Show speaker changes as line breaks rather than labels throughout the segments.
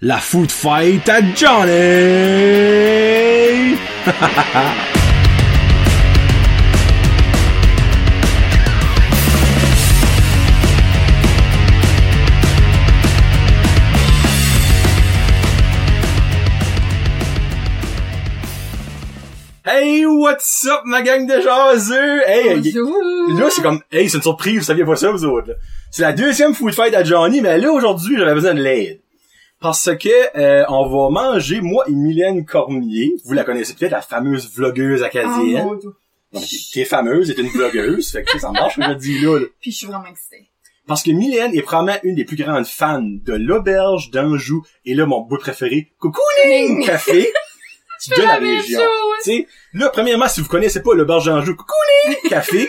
la food fight à Johnny! Hey, what's up, ma gang de jaseux? Hey, y- là, c'est comme, hey, c'est une surprise, vous saviez pas ça, vous autres, là. C'est la deuxième food fight à Johnny, mais là, aujourd'hui, j'avais besoin de l'aide. Parce que, euh, on va manger, moi et Mylène Cormier. Vous la connaissez peut-être, la fameuse vlogueuse acadienne.
mon Dieu.
Donc, qui est fameuse, est une blogueuse. fait que ça marche, je le dis là, là.
Puis je suis vraiment excitée.
Parce que Mylène est probablement une des plus grandes fans de l'auberge d'Anjou. Et là, mon bout préféré, Cocooning Café. de la
la même
région.
chose.
Tu sais, là, premièrement, si vous connaissez pas l'auberge d'Anjou, Cocooning Café,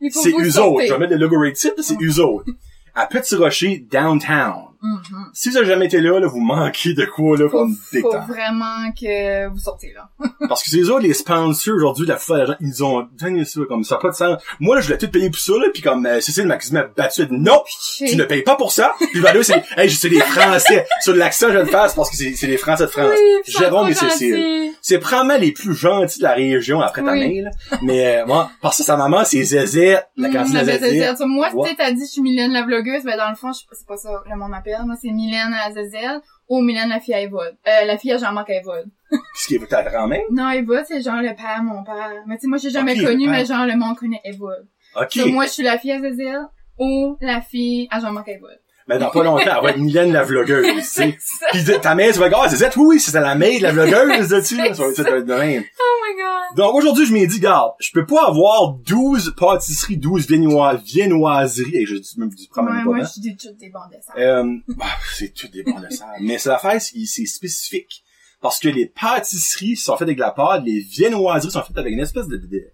Il faut
c'est
vous
eux autres.
sortir.
Je vais mettre le logo right ici, c'est eux autres. À Petit Rocher, downtown.
Mhm.
Si vous avez jamais été là, là, vous manquez de quoi, là,
Faut,
comme des
faut
temps.
vraiment que vous sortez là.
Parce que c'est eux autres, les sponsors aujourd'hui de la foule à la ils nous ont donné ça, comme ça, a pas de sens. Moi, là, je voulais tout payer pour ça, là, pis comme, euh, Cécile m'a m'a battu, elle dit, non, tu ne payes pas pour ça. Puis je vais aller, c'est, hey, je suis des Français. Sur l'accent, je le passe parce que c'est, c'est des Français de France. Jérôme et Cécile. C'est probablement les plus gentils de la région après ta
Oui. Mm,
main, là. Mais, euh, moi, parce que sa maman, c'est Zézette, la cantine de Zézette.
Moi,
Ouais.
si t'as dit je suis Mylène la vlogueuse, ben dans le fond, je- c'est pas ça le monde m'appelle. Moi, c'est Mylène Azazel ou Mylène la fille à Evode. Euh, la fille à Jean-Marc à Evode.
Puis ce qui est ta grand-mère.
Non, Evode, c'est genre le père, mon père. Mais tu sais, moi, j'ai jamais
Ok, le
connu,
père.
mais genre le monde connaît Evode.
OK.
Donc, moi, je suis la fille à Azazel ou la fille à Jean-Marc à Evode.
Mais Ben, dans pas longtemps, elle va être Mylène la vlogueuse, tu sais.
ça.
Pis de- ta mère, tu vas dire, ah, Zézette, oui, c'était la mère de la vlogueuse, là, tu sais. Ça va être- ça va être de même.
Oh my god.
Donc aujourd'hui, je m'ai dit, garde, je peux pas avoir 12 pâtisseries, 12 viennois, viennoiseries, et je dis même du problème
Ouais,
pas,
moi,
hein.
je suis des toutes des bandes de sang.
Euh, bah, c'est tout des bons de ça. Mais c'est l'affaire, c'est que c'est spécifique. Parce que les pâtisseries sont faites avec de la pâte, les viennoiseries sont faites avec une espèce de... de, de-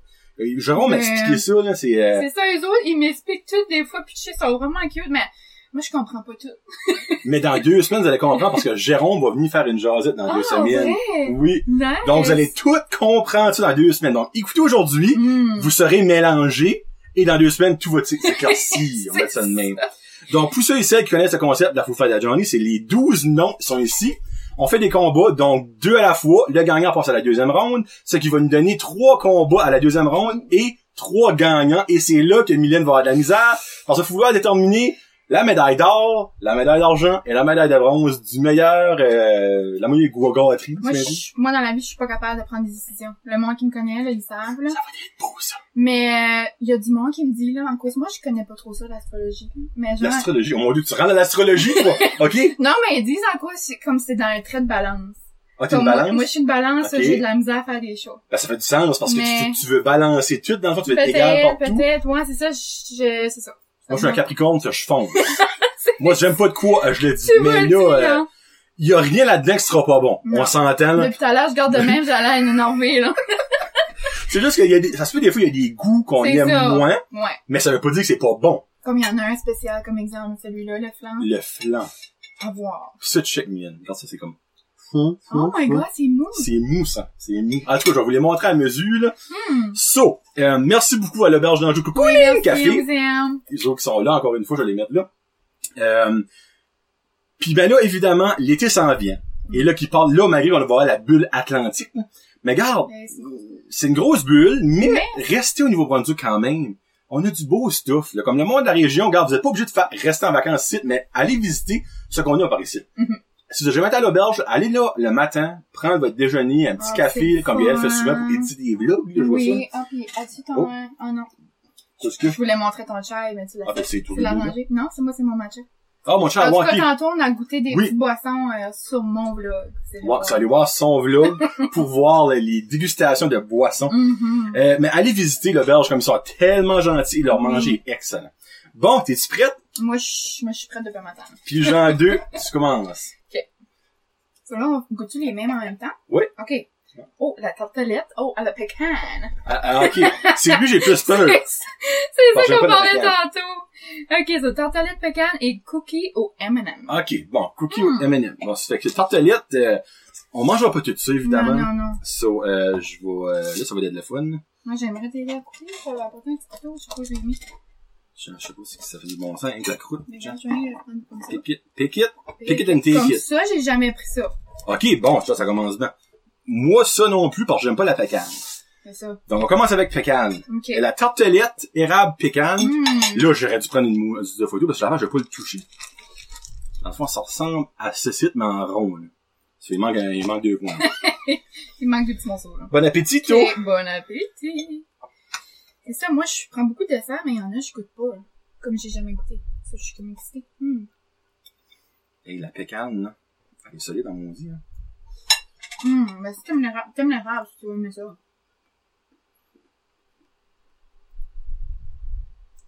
Euh, Jérôme m'a
Mais-
expliqué ça, là, c'est... euh,
C'est ça, eux autres, ils m'expliquent tout des fois, puis ils sont vraiment cute, mais moi, je comprends pas tout.
Mais dans deux semaines, vous allez comprendre, parce que Jérôme va venir faire une jasette dans deux semaines.
vrai?
Oui.
Ah, Nice.
Donc, vous allez tout comprendre ça dans deux semaines. Donc, écoutez aujourd'hui,
Hmm.
vous serez mélangé et dans deux semaines, tout va s'éclaircir. on va
C'est
mettre ça de même. Donc, pour ceux et celles qui connaissent le concept de la Foo Fight à Johnny, c'est les 12 noms qui sont ici. On fait des combats, donc deux à la fois. Le gagnant passe à la deuxième ronde, ce qui va nous donner trois combats à la deuxième ronde et trois gagnants. Et c'est là que Mylène va avoir de la misère, parce qu'il faut vouloir déterminer la médaille d'or, la médaille d'argent et la médaille de bronze du meilleur, euh, la meilleure gouagatrie.
Moi, je suis- moi, dans la vie, je suis pas capable de prendre des décisions. Le monde qui me connaît, là, ils savent, là. Mais, euh, il y a du monde qui me dit, là, en cause, moi, je connais pas trop ça, l'astrologie. Mais genre...
L'astrologie. Oh mon dieu, tu rentres dans l'astrologie, toi! OK?
Non, mais ils disent en quoi, c'est comme c'est dans un trait de balance.
Ah, t'es une
Comme moi-
balance?
Moi, je suis une balance,
Ok.
j'ai de la misère à faire des choses.
Ben, ça fait du sens, parce que
Mais-
tu, tu veux balancer tout, dans le fond, tu veux être égal
Peut-être,
partout.
peut-être, ouais, c'est ça, je, je- c'est ça.
Moi, je suis un capricorne, ça, je fonce. Moi, j'aime pas de quoi, euh, je le dis.
Tu vois
mais
le
là,
dire,
euh,
là.
y a rien là-dedans qui sera pas bon.
Non.
On s'entend, là.
Depuis tout à l'heure, je garde de même, j'allais à une énervée, là.
C'est juste qu'il y a des, ça se fait des fois, il y a des goûts qu'on
C'est
aime
ça.
moins,
Ouais.
mais ça veut pas dire que c'est pas bon.
Comme il y en a un spécial comme exemple, celui-là, le flan.
Le flan.
À voir.
Ça, tu check, mienne. Regarde ça, c'est comme.
Oh my god, c'est mou!
C'est mou, ça. C'est mou. En tout cas, je vais vous les montrer à mesure, là.
Hmm.
So, euh, merci beaucoup à l'auberge d'Anjou. Coucou, Hélène Café.
Et vous aime.
les autres qui sont là, encore une fois, je vais les mettre là. Euh, puis ben là, évidemment, l'été s'en vient. Et là, qui parle, là, malgré qu'on va voir la bulle atlantique. là. Mais regarde,
Ben, c'est-
c'est une grosse bulle, mais restez au Nouveau-Brunswick quand même. On a du beau stuff, là. Comme le monde de la région, regarde, vous êtes pas obligé de faire, rester en vacances ici, mais allez visiter ce qu'on a par ici.
Mhm.
Si vous êtes jamais été à l'auberge, allez là le matin, prendre votre déjeuner, un petit
Ah,
café,
c'est
comme elle fait
fun.
souvent pour éditer des vlogs, là, je vois ça.
Oui, ah, puis as-tu ton...
Oh.
Oh. non.
Qu'est-ce que
Je voulais montrer ton chai, mais tu l'as
Ah, ben,
fait.
c'est tout.
Tu
le
l'as
monde, là.
rangé? Non, c'est moi, c'est mon matcha.
Ah, mon cher
En tout
Walkie.
cas, tantôt, on a goûté des
Oui.
petites boissons euh, sur mon vlog. C'est
Ouais,
le-
ça allez voir son vlog pour voir les, les dégustations de boissons.
Mhm.
Euh, mais allez visiter l'auberge comme ils sont tellement gentils, leur manger est excellent. Bon, t'es-tu prête?
Moi, je moi, je suis prête depuis matin.
Pigeon 2, tu commences.
So là, on goûte-tu les mêmes en même temps?
Oui.
OK. Oh, la tartelette. Oh, à la pécane.
Ah, ah, ok, c'est lui j'ai plus peur.
C'est
Bon, j'ai pas
ça
de
qu'on parlait
pécane.
tantôt. OK, so tartelette pécane et cookie au M&M.
Ok, bon, cookie
Hmm.
M&M. Bon, ça fait que tartelette, euh, on mangera pas tout ça, évidemment.
Non, non, non.
So, euh, je vais... euh, là, ça va être le fun.
Moi, j'aimerais des raccourcis pour apporter un petit couteau. Je sais pas où je l'ai mis.
Je je sais pas si ça fait du bon sens avec la croûte.
Mais
genre.
regarde, je vais prendre comme ça.
Pick it, pick it, pick it and take
Comme
it.
ça, j'ai jamais pris ça.
Ok, bon, ça, ça commence bien. Moi, ça non plus, parce que j'aime pas la pécane.
C'est ça.
Donc, on commence avec pécane.
Ok.
Et la tartelette érable pécane.
Hmm.
Là, j'aurais dû prendre une, mou- de photo parce que là-bas, je vais pas le toucher. Dans le fond, ça ressemble à ceci, mais en rond. Là. C'est- Il manque, un- il manque deux coins.
Il manque des petits morceaux, là.
bon appétit, tout.
Ok, bon appétit! C'est ça, moi, je prends beaucoup de desserts, mais il y en a, je goûte pas, là. Comme j'ai jamais goûté. Ça, je suis comme excitée. Hmm.
Et la pécane, là. Elle est solide, on dit. Hein.
Hmm, ben, si t'aimes le rap, t'aimes le rap, si tu veux aimer ça.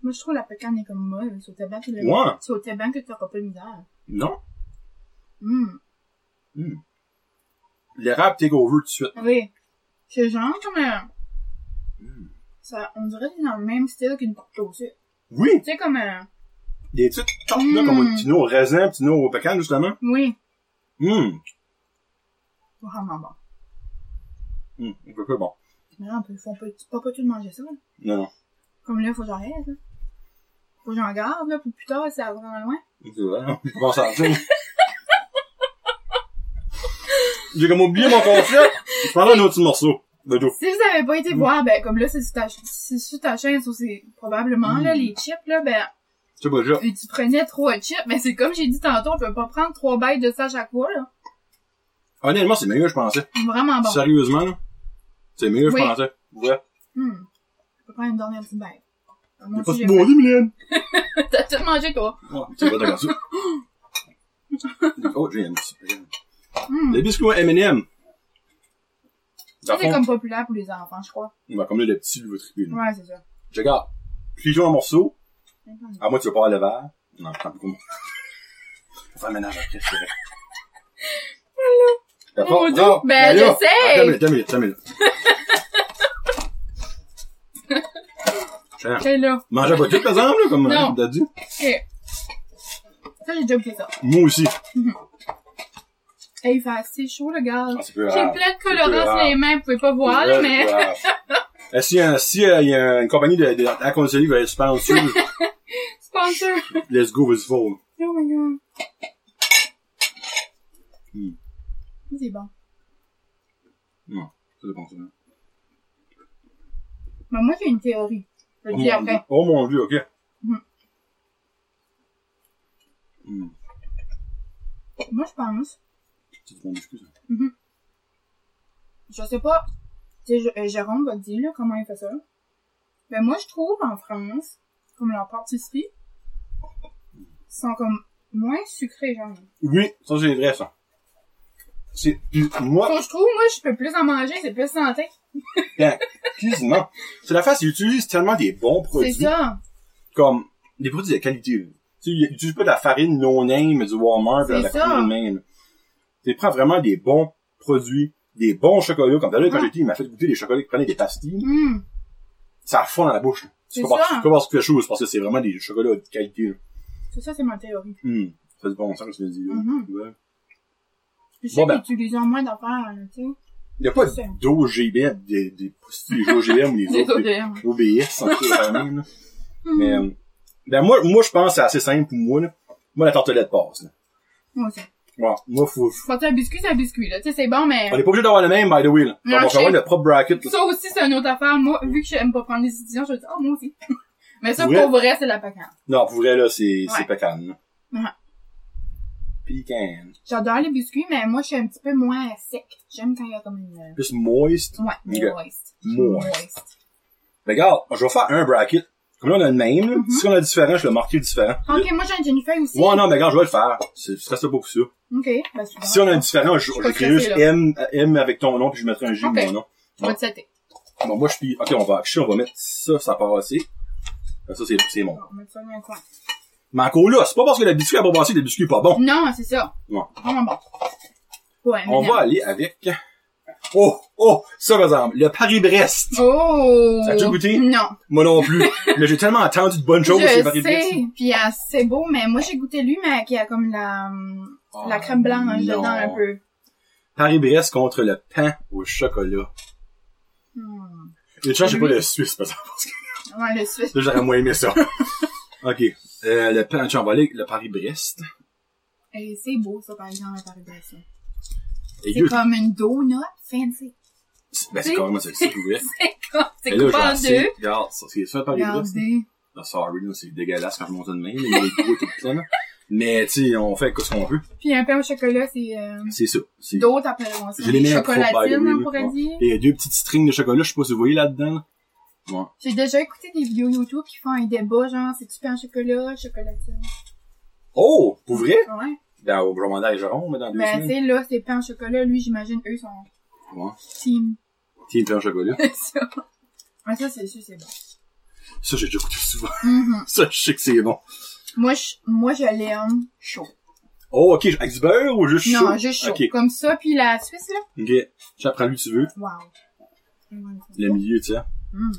Moi, je trouve la pécane est comme molle. C'est au tabac que le...
Ouais.
C'est au tabac que t'auras pas de misère.
Non.
Hmm.
L'érable take over tout de suite.
ah Oui. C'est genre comme un... Ça, on dirait que c'est dans le même style qu'une porte au sucre.
Oui.
Tu sais, comme euh, un...
Des petites tartes, là,
Mm.
comme un petit nœud au raisin, un petit nœud au pécane, justement.
Oui. Oh,
Hum.
Vraiment bon.
Hum. Un peu, peu bon.
Mais là, on peut, on peut pas, pas tout manger ça, là.
Non, non.
Comme là, faut que j'arrête, là. Faut que j'en garde, là, pour plus tard, ça va vraiment loin.
C'est vrai. hein. Bon, ça revient. J'ai comme oublié mon concept. Je prends un autre petit morceau. Ben, De dos.
Si vous avez pas
Mm.
été voir, ben, comme là, c'est sur ta, ch- c'est sur ta chaîne, ça, c'est probablement, là,
Mm.
les chips, là, ben,
Tu sais pas, déjà.
et tu prenais trois chips, mais c'est comme j'ai dit tantôt, on peut pas prendre trois bêtes de ça à chaque fois, là.
Honnêtement, c'est meilleur, que je pensais.
Vraiment Ah bon.
Sérieusement, là. C'est meilleur,
Oui.
je pensais. Ouais.
Hmm. Je peux prendre une dernière petite bête. Ah, Moi
T'es pas
aussi,
si
j'ai
bondé, Mylène.
faim. T'as tout mangé, toi.
Ouais, c'est pas d'accord ça. Oh, j'ai un petit peu.
Hmm.
Les biscuits au M&M. Dans
Ça,
le
c'est
fond, Mm.
comme populaire pour les enfants, je crois.
on va comme là, le petit, lui, va triper, là.
Ouais, c'est ça.
Je garde. Pligeons en morceaux.
Mhm.
À moi, tu veux pas avoir le verre. Non, je prends beaucoup. On va faire le ménage après, c'est vrai. Hello.
Oh, mon Dieu. Ben,
là,
j'essaie.
Attends une minute, attends une minute, attends une minute. Tiens,
C'est là.
Mangeais pas tout, par exemple, là, comme
Non.
euh, t'as dit.
Ok. Ça, j'ai déjà oublié ça.
Moi aussi. Ah,
Hey, il fait assez chaud, le gars.
Ah, c'est
J'ai
plus
plein
grave.
de
C'est
colorants
plus
sur les mains, vous pouvez pas voir, là,
C'est
mais...
plus grave. Euh, S'il y a, un- s'il y a- il y a une compagnie de, de, à conditionner qui va être sponsor,
Sponsor!
let's go, vas-y, faut.
Oh my god.
Hmm.
C'est bon.
C'est bon, ça.
Mais moi, j'ai une théorie. Je le
Oh,
dis
mon Dieu.
après.
Oh mon dieu, ok.
Mhm.
Hmm.
Moi, je pense,
C'est du bon biscuit, ça.
je sais pas, tu sais, J- euh, Jérôme va te dire, là, comment il fait ça. Mais moi, je trouve, en France, comme leurs pâtisseries, sont comme moins sucrées, genre.
Oui, ça c'est vrai ça. C'est puis moi,
Quand je trouve, moi, je peux plus en manger, c'est plus santé.
ben, quasiment. C'est la face, ils utilisent tellement des bons
C'est
produits
ça.
comme des produits de qualité. là. Tu sais, ils utilisent pas de la farine non name du Walmart, de
C'est
la
ça.
farine même. Tu prends vraiment des bons produits, des bons chocolats. Comme d'ailleurs quand
Ah.
j'étais, il m'a fait goûter des chocolats qui prenaient des pastilles.
Hum.
Ça fond dans la bouche. là. Tu
C'est
peux voir,
ça.
tu peux voir ce que chose parce que c'est vraiment des chocolats de qualité. là.
C'est ça, c'est ma théorie.
Hum, Ça fait du bon sens que tu l'as dit. là.
Mhm.
Ouais.
Puis je
Bon,
sais
ben.
qu'ils utilisent moins d'affaires, là, tu sais.
Il n'y a pas
C'est ça.
d'OGM, des, des, des OGM ou des
Des
autres. des-
odeurs.
OBS, en tout cas, la famille, là.
Mhm.
Mais, euh, ben, moi, moi, je pense que c'est assez simple pour moi, là. Moi, la tartelette passe, là.
Moi aussi.
Ouais. Moi, faut,
Quand t'as un biscuit, c'est un biscuit, là. Tu sais, c'est bon, mais...
on est pas obligé d'avoir le même, by the way, là.
Non,
on va
je sais.
avoir le propre bracket, là.
Ça aussi, c'est une autre affaire. Moi, vu que j'aime pas prendre des décisions, je dis, ah, moi aussi. Mais ça,
Ouais.
pour vrai, c'est la pacane.
Non, pour vrai, là, c'est, c'est
Ouais.
pécan,
Ouais.
là. Pecan.
J'adore les biscuits, mais moi, je suis un petit peu moins sec. J'aime quand il y a comme une... euh,
Plus moist.
Ouais,
Ok.
moist.
Moist. Mais regarde, je vais faire un bracket. Comme là, on a le même, là.
Mm-hmm.
Si on a différent, je vais le marquer différent.
Ok, moi, j'ai un Jennifer aussi.
Ouais, non, mais regarde, je vais le faire. C'est, ce serait ça pour ça.
Ok, ben, c'est bon.
Si on a un différent, je,
Je suis
je
pas
crée juste
stressée,
M, M avec ton nom, puis je mettrai un J
Ok.
de mon nom.
Je vais te sauter.
Bon, moi, je suis... OK, on va afficher, on va mettre ça, ça part aussi. Ça, c'est, c'est bon.
Bon, on va mettre ça dans un coin.
Mais encore là, c'est pas parce que le biscuit a pas passé que le biscuit est pas bon.
Non, c'est ça.
Ouais.
Vraiment bon. Ouais,
On
mais
va
non.
aller avec... Oh! Oh! Ça ressemble. Le Paris-Brest.
Oh!
T'as déjà goûté?
Non.
Moi non plus. mais j'ai tellement entendu de bonnes choses sur le
Je
Paris-Brest.
sais, puis ah, c'est beau, mais moi j'ai goûté lui, mais qui a comme la, hum, la
Ah,
crème blanche
non.
dedans un peu.
Paris-Brest contre le pain au chocolat.
Hmm.
Une chance, j'ai
Lui-
pas le Suisse, par exemple.
Ouais, le Suisse.
Là, j'aurais moins aimé ça. OK. Euh, le pan, on va aller avec le Paris-Brest.
Et c'est beau, ça, par exemple, la Paris Brest.
Et
C'est
eux,
comme une donut fancy.
c'est- ben, c'est carrément ça que c'est couvert.
C'est comme, c'est
Mais là,
coupé en
j'en sais.
deux.
Regarde, ça, c'est ça, Paris-Brest.
Regardez.
Ah, sorry, là, c'est dégueulasse quand je monte de même, mais il est gros tout le temps, là. Mais, tu sais, on fait ce qu'on peut.
Puis un pain au chocolat, c'est, euh,
C'est ça. C'est...
d'autres appelleront ça.
Je les
des
mets à propos, by the way,
chocolatines, on
là.
pourrait
Ouais.
dire.
Et il y a deux petites strings de chocolat, je sais pas si vous voyez là-dedans. là.
J'ai déjà écouté des vidéos YouTube qui font un débat, genre, c'est-tu pain au chocolat, chocolatine?
Oh! Pour vrai?
Ouais.
Ben, au Gromanda et Jérôme, dans deux
Ben, tu
semaines.
sais, là, c'est pain au chocolat. Lui, j'imagine, eux sont
Ouais.
team.
Team pain au chocolat.
ça. Ah, ça, c'est sûr, c'est bon.
Ça, j'ai déjà goûté souvent.
Mhm.
Ça, je sais que c'est bon.
Moi, je, moi, je l'aime chaud.
Oh, ok, avec du beurre ou juste chaud?
Non, juste chaud.
Ok,
Comme ça, puis la Suisse, là.
ok. J'apprends lui, tu veux.
Wow. Mm,
Le milieu, tu sais.
Mm,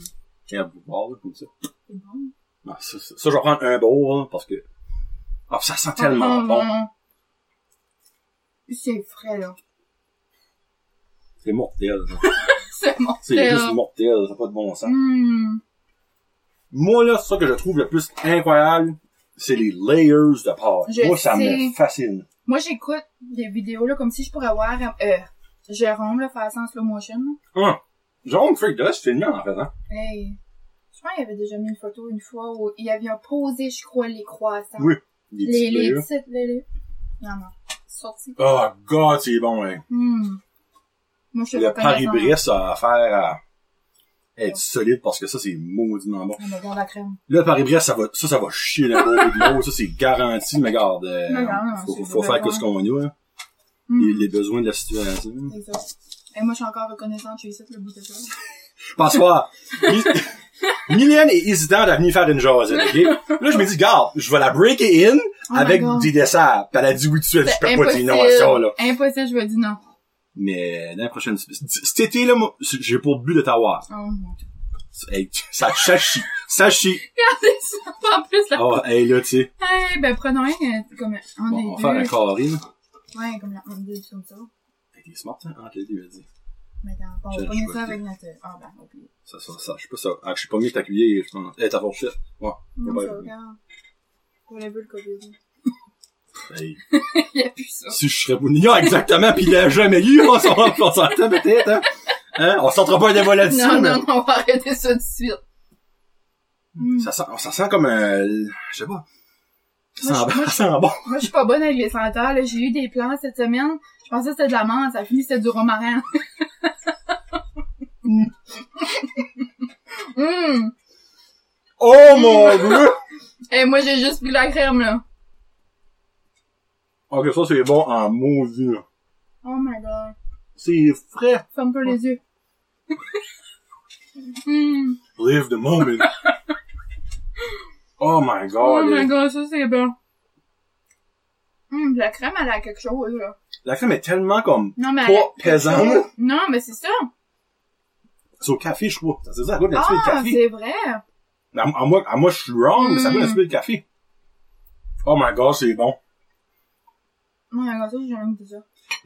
Et à boire, là, comme ça.
c'est bon.
Ah, ça, ça, ça, je vais prendre un bowl, là, parce que... Ah, ça sent tellement
Ah,
bon.
ah, ah. C'est frais, là.
C'est mortel. ça.
C'est bon.
C'est juste mortel, ça n'a pas de bon sens.
Mm.
Moi, là, ça que je trouve le plus incroyable, c'est les layers de pâte.
Je
Moi, ça me
sais.
fascine.
Moi, j'écoute des vidéos, là, comme si je pourrais voir, euh, Jérôme, là, faire ça en slow motion, là.
Hum. John Freak Dust, filmé en fait, hein?
Hey. Je pense qu'il avait déjà mis une photo une fois où il avait posé, je crois, les croissants.
Oui. Des
Les,
petits
les
layers.
petites, les, les... Non, non. Sorti.
Oh, God, c'est bon, hein.
Hmm. Moi, je suis
Le
reconnaissante.
Paris-Brest a affaire à être solide parce que ça, c'est mauditement bon.
Ah, mais regarde la crème.
Le Paris-Brest, ça va, ça, ça va chier le beau et de l'eau. Ça, c'est garanti, mais garde, euh,
Mais regarde,
faut,
c'est
faut
des
faire
besoins.
que ce qu'on a, hein.
Hmm.
Les, les besoins de la situation.
C'est ça. Et moi, je suis encore reconnaissante, je suis ici, le bout de ça.
Bonsoir. Mi- Mylène est hésitante à venir faire une jasette, ok? Là, je me dis, garde, je vais la break in
Oh my
avec
God.
des desserts. Puis elle a dit oui tout de suite, je peux pas dire
Impossible.
non à ça, là.
Impossible, je vais dire non.
Mais, dans la prochaine, c- cet été, là, moi, j'ai pour but de t'avoir.
Oh mon dieu.
Hey, ça, ça chie. Ça chie.
Regardez ça. En plus, là.
Oh, hey, là, tu sais.
Hey, ben, prenons un, euh, comme, un
Bon,
des
on va faire un
deux.
carré, là.
Ouais, comme la, un des deux, comme ça.
Hey, T'es smart, hein? Entre les deux, vas-y.
Mais quand, on
Je-
va
je
prendre
vais
ça
dire.
avec notre, ah ben, on oublie.
Ça, ça, ça, je sais pas ça. Ah, je suis pas mieux que ta cuillère, je pense. Eh, ta fourchette. Ouais.
Non,
Ouais,
ça,
ouais.
regarde. On l'a vu, le COVID.
Hey.
Il y a plus ça.
Si je serais Bounignon, exactement, pis il l'a jamais eu, hein, on s'en on s'entend peut-être, hein? Hein? On s'entend pas des volatiles,
Non,
mais...
non, non, Ah, on va arrêter ça tout de suite. Hmm.
Ça sent, ça sent comme un, je sais pas. Ça
Moi,
sent,
je-
bon, ça sent bon.
Moi, je suis pas bonne avec les senteurs, là. J'ai eu des plans cette semaine. Je pensais que c'était de la menthe. Ça finit, c'était du romarin. Hmm.
Oh mon dieu!
Et moi, j'ai juste pris la crème, là.
Ok, ça c'est bon en maudit, là.
Oh my god.
C'est frais.
Ferme pas les yeux. Hmm.
Live the moment. oh my
Oh,
god.
my
elle-
god, ça, c'est bon. Hmm, la crème, elle a quelque chose, là.
La crème est tellement comme,
Non, mais
pas
elle a quelque
pesante.
chose. Non, mais c'est ça.
C'est au café, je crois. C'est ça, elle goûte un petit peu de
Ah,
café.
c'est vrai.
À, à moi, à moi, je suis wrong, mais ça
Mm.
goûte un petit peu de café. Oh my god, c'est bon.
Oh my god, ça, j'ai jamais goûté ça.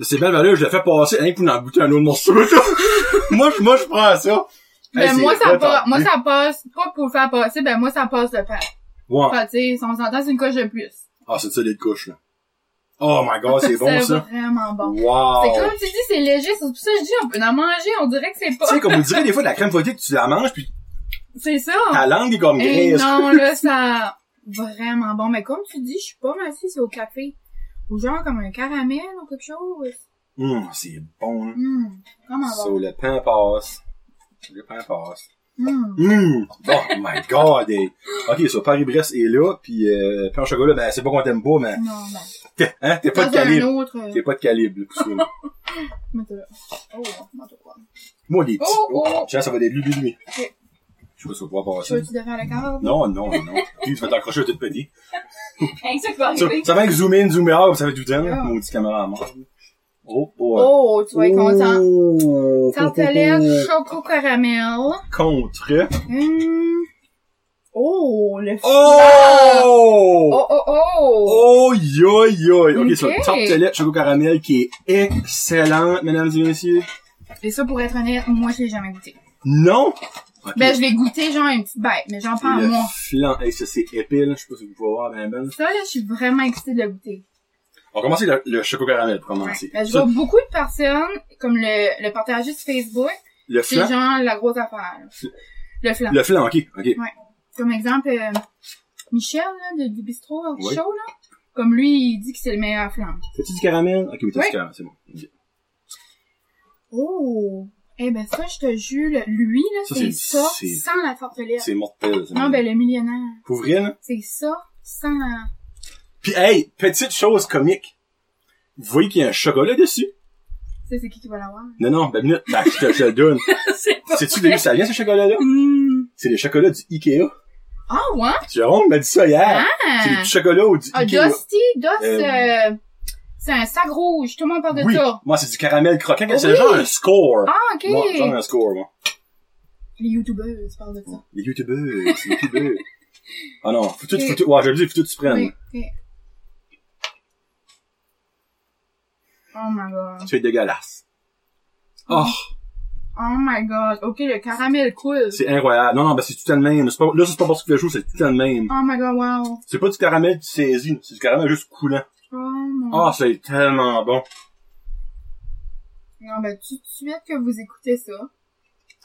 C'est belle valeur, je l'ai fait passer, rien que pour en goûter un autre morceau, là. moi, je, moi, je prends ça.
Ben,
Hey, c'est
moi, ça
retardé.
passe, moi, ça passe, pas pour le faire passer, ben, moi, ça passe le pain.
Ouais.
Enfin, tu sais, si on s'entend, c'est une coche de plus.
Ah, c'est ça, les couches, là. Oh my god, c'est bon, ça. Ah,
vraiment bon.
Wow.
C'est comme tu dis, c'est léger, c'est pour ça que je dis, on peut en manger, on dirait que c'est pas.
Tu sais, comme on dirait des fois, de la crème fouettée, que tu la manges, puis
C'est ça.
ta langue est comme
Et
graisse.
Eh non, là, ça, vraiment bon. Mais comme tu dis, je suis pas mal si c'est au café. Ou genre, comme un caramel ou quelque chose.
Hum, c'est bon, hein.
Hum, vraiment
So,
bon.
le pain passe. Le pain passe.
Hum.
Hum. Oh my god, hey. Ok, so, Paris-Brest est là, puis euh, pain au chocolat, ben, c'est pas qu'on t'aime pas, mais,
Non, ben.
t'es- hein, t'es pas de
dans un
calibre.
autre, euh,
T'es pas de calibre, là, pour ça.
mettez-le. Oh, mettez-le.
Moi, les petits.
Oh, oh.
Tiens, ça va des lui, lui.
Ok.
Je sais pas si on va pouvoir
Tu
passer.
veux-tu derrière la carte?
Non, non, non. Puis, tu vas t'accrocher tout petit.
Hein, ça qui va
Ça,
arriver.
ça va avec zoom in, zoom out, ça fait tout le temps. là.
Ah.
Maudit caméra à mort. Oh, boy.
Oh, tu vas être content.
Oh,
Tartelette, choco caramel.
Contre.
Hum. Oh, le flan.
Oh!
Oh, oh, oh!
Oh, yo, yo! Ok, ça,
Ok.
tartelette, choco caramel qui est excellente, mesdames et messieurs.
Et ça, pour être honnête, moi, je l'ai jamais goûté.
Non! Ok.
Ben, je l'ai goûté, genre, une petite bête, mais j'en prends
le
moi.
flan, hey, ça c'est épais, là. Je sais pas si vous pouvez voir, ben, ben.
Ça, là, je suis vraiment excitée de le goûter.
On va commencer le, le choco caramel, pour
Ouais.
commencer.
Ben, je
Ça,
vois beaucoup de personnes, comme le, le partager sur Facebook,
le
c'est
flan,
genre la grosse affaire. là. Le flan.
le flan, ok, ok.
Comme exemple, euh, Michel, là, de- du bistrot
Oui.
show, là. Comme lui, il dit que c'est le meilleur flan.
T'as-tu du caramel? Ok, mais t'as
Oui.
du caramel, c'est bon. Ok.
Oh! Eh ben, ça, je te jure, là, lui, là,
Ça,
c'est
c'est-
ça,
c'est-
sans la tartelette.
C'est mortel, ça.
Non, ben, le millionnaire,
Pour vrai, là.
c'est ça, sans la...
Puis, hey, petite chose comique. Vous voyez qu'il y a un chocolat dessus?
Ça, c'est qui qui va l'avoir?
Non, non, ben, minute. Ben, je te, je te le donne.
c'est pas...
Sais-tu d'où ça vient, ce chocolat-là?
Hmm.
C'est les chocolats du Ikea.
Ah, ouais?
Jérôme m'a dit ça hier. C'est les
Ah!
petits chocolats au- du
Ah,
Ikea.
Dusty, Dust,
Euh,
euh, c'est un sac rouge, tout le monde parle de
oui.
ça. Ah
Moi, c'est du caramel croquant.
Oui.
C'est genre un score.
Ah, ok.
Moi, genre un score, moi.
Les youtubeurs, tu parles de ça.
Les youtubeurs, c'est les youtubeurs. Ah non, faut tout,
Et-
faut tout, ouais, je le dis, faut tout se prendre.
Oui, ok. Oh my god.
Tu es dégueulasse. Oh,
Oh my god. Ok, le caramel coule.
c'est incroyable. Non, non, ben, c'est tout le même. C'est pas, là, c'est pas parce que le jour, c'est tout le même.
Oh my god, wow.
C'est pas du caramel qui saisit, c'est du caramel juste coulant.
Oh mon
Ah, c'est tellement bon.
Non, ben, tout de suite que vous écoutez ça,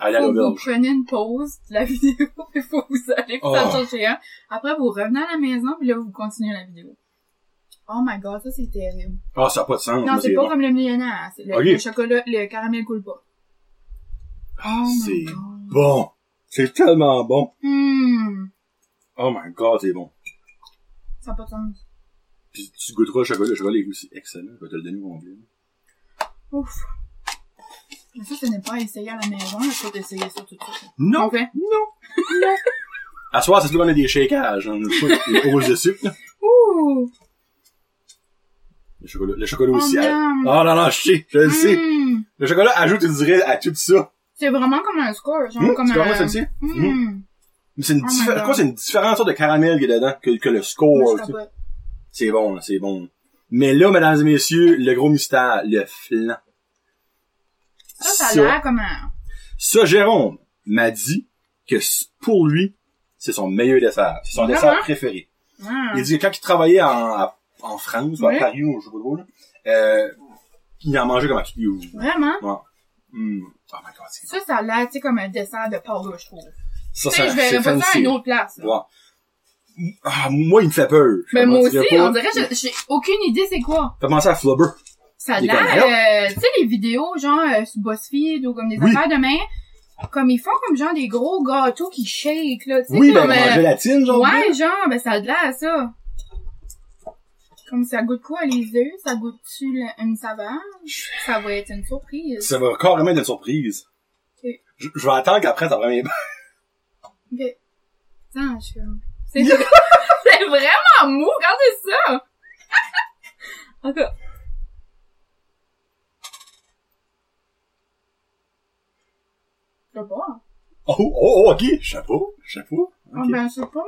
Allez, à
faut que vous
l'auberge.
prenez une pause de la vidéo, il faut que vous allez vous en
Oh.
chercher un. Après, vous revenez à la maison, puis là, vous continuez la vidéo. Oh my god, ça, c'est terrible.
Ah, ça n'a pas de sens.
Non,
moi,
c'est pas comme le millionnaire. hein. C'est le,
Ok.
le chocolat, le caramel coule pas.
Ah,
Oh my
c'est
god.
bon. C'est tellement bon.
Hmm.
Oh my god, c'est bon.
Ça n'a pas de sens.
Puis tu goûteras le chocolat. Le chocolat est aussi excellent. Je vais te le donner mon blé.
Ouf. Mais ça, ce n'est pas à essayer à la maison, il faut essayer ça tout de suite.
Non!
Ok.
Non! Non! à soir, c'est sûr qu'on a des shakages. On a pas les hausses de sucre, là.
Ouh!
Le chocolat, le chocolat
Oh,
aussi. elle-
damn.
Ah, non, non, je sais, je le sais.
Hmm.
Le chocolat ajoute, tu dirais, à tout ça.
C'est vraiment comme un score, genre
Hum,
Oh, comme
tu comprends
un...
celle-ci?
Hmm.
Mais c'est une,
Oh my
diffé-
God.
quoi, c'est une différente sorte de caramel qu'il y a dedans que, que le
Moi,
score.
je
tu sais.
capote.
C'est bon, là, c'est bon. Mais là, mesdames et messieurs, le gros mystère, le flan.
Ça, ça a l'air comme un...
Ça, Jérôme m'a dit que c- pour lui, c'est son meilleur dessert. C'est son
Vraiment?
dessert préféré.
Ah.
Il dit que quand il travaillait en, à- en France, ou à
Oui.
Paris, ou je sais pas trop, là, euh, il en mangeait comme à tout.
Vraiment?
Mm. Oh my god, c'est
Ça, ça a l'air, tu sais, comme un dessert de porc, je trouve.
ça,
Tu sais,
c'est
je verrais
c'est
pas ça à
fancy.
une autre place. là.
Ouais. Ah, moi, il me fait peur. Je
Mais
sais
Ben, moi
pas,
aussi,
tu dirais pas.
on dirait, j'ai- j'ai aucune idée c'est quoi.
Fait penser à Flubber.
Ça a
Il est
l'air, euh, tu sais, les vidéos, genre, euh, sur BuzzFeed ou comme des
Oui.
affaires de main, comme ils font comme genre des gros gâteaux qui shake, là, tu sais,
Oui, ben,
comme,
en
euh,
gélatine, genre.
Ouais, genre, ben, ça a de l'air à ça. Comme ça goûte quoi, les œufs? Ça goûte-tu le- une saveur? Ça va être une surprise.
Ça va carrément être une surprise.
Ok.
Je, je vais attendre qu'après ta première
Ok. Putain, je suis comme- C'est c'est vraiment mou, regardez ça! en tout cas. Je sais pas.
Oh, oh, oh, ok. Chapeau, chapeau.
Ah,
Ok.
ben, je sais pas.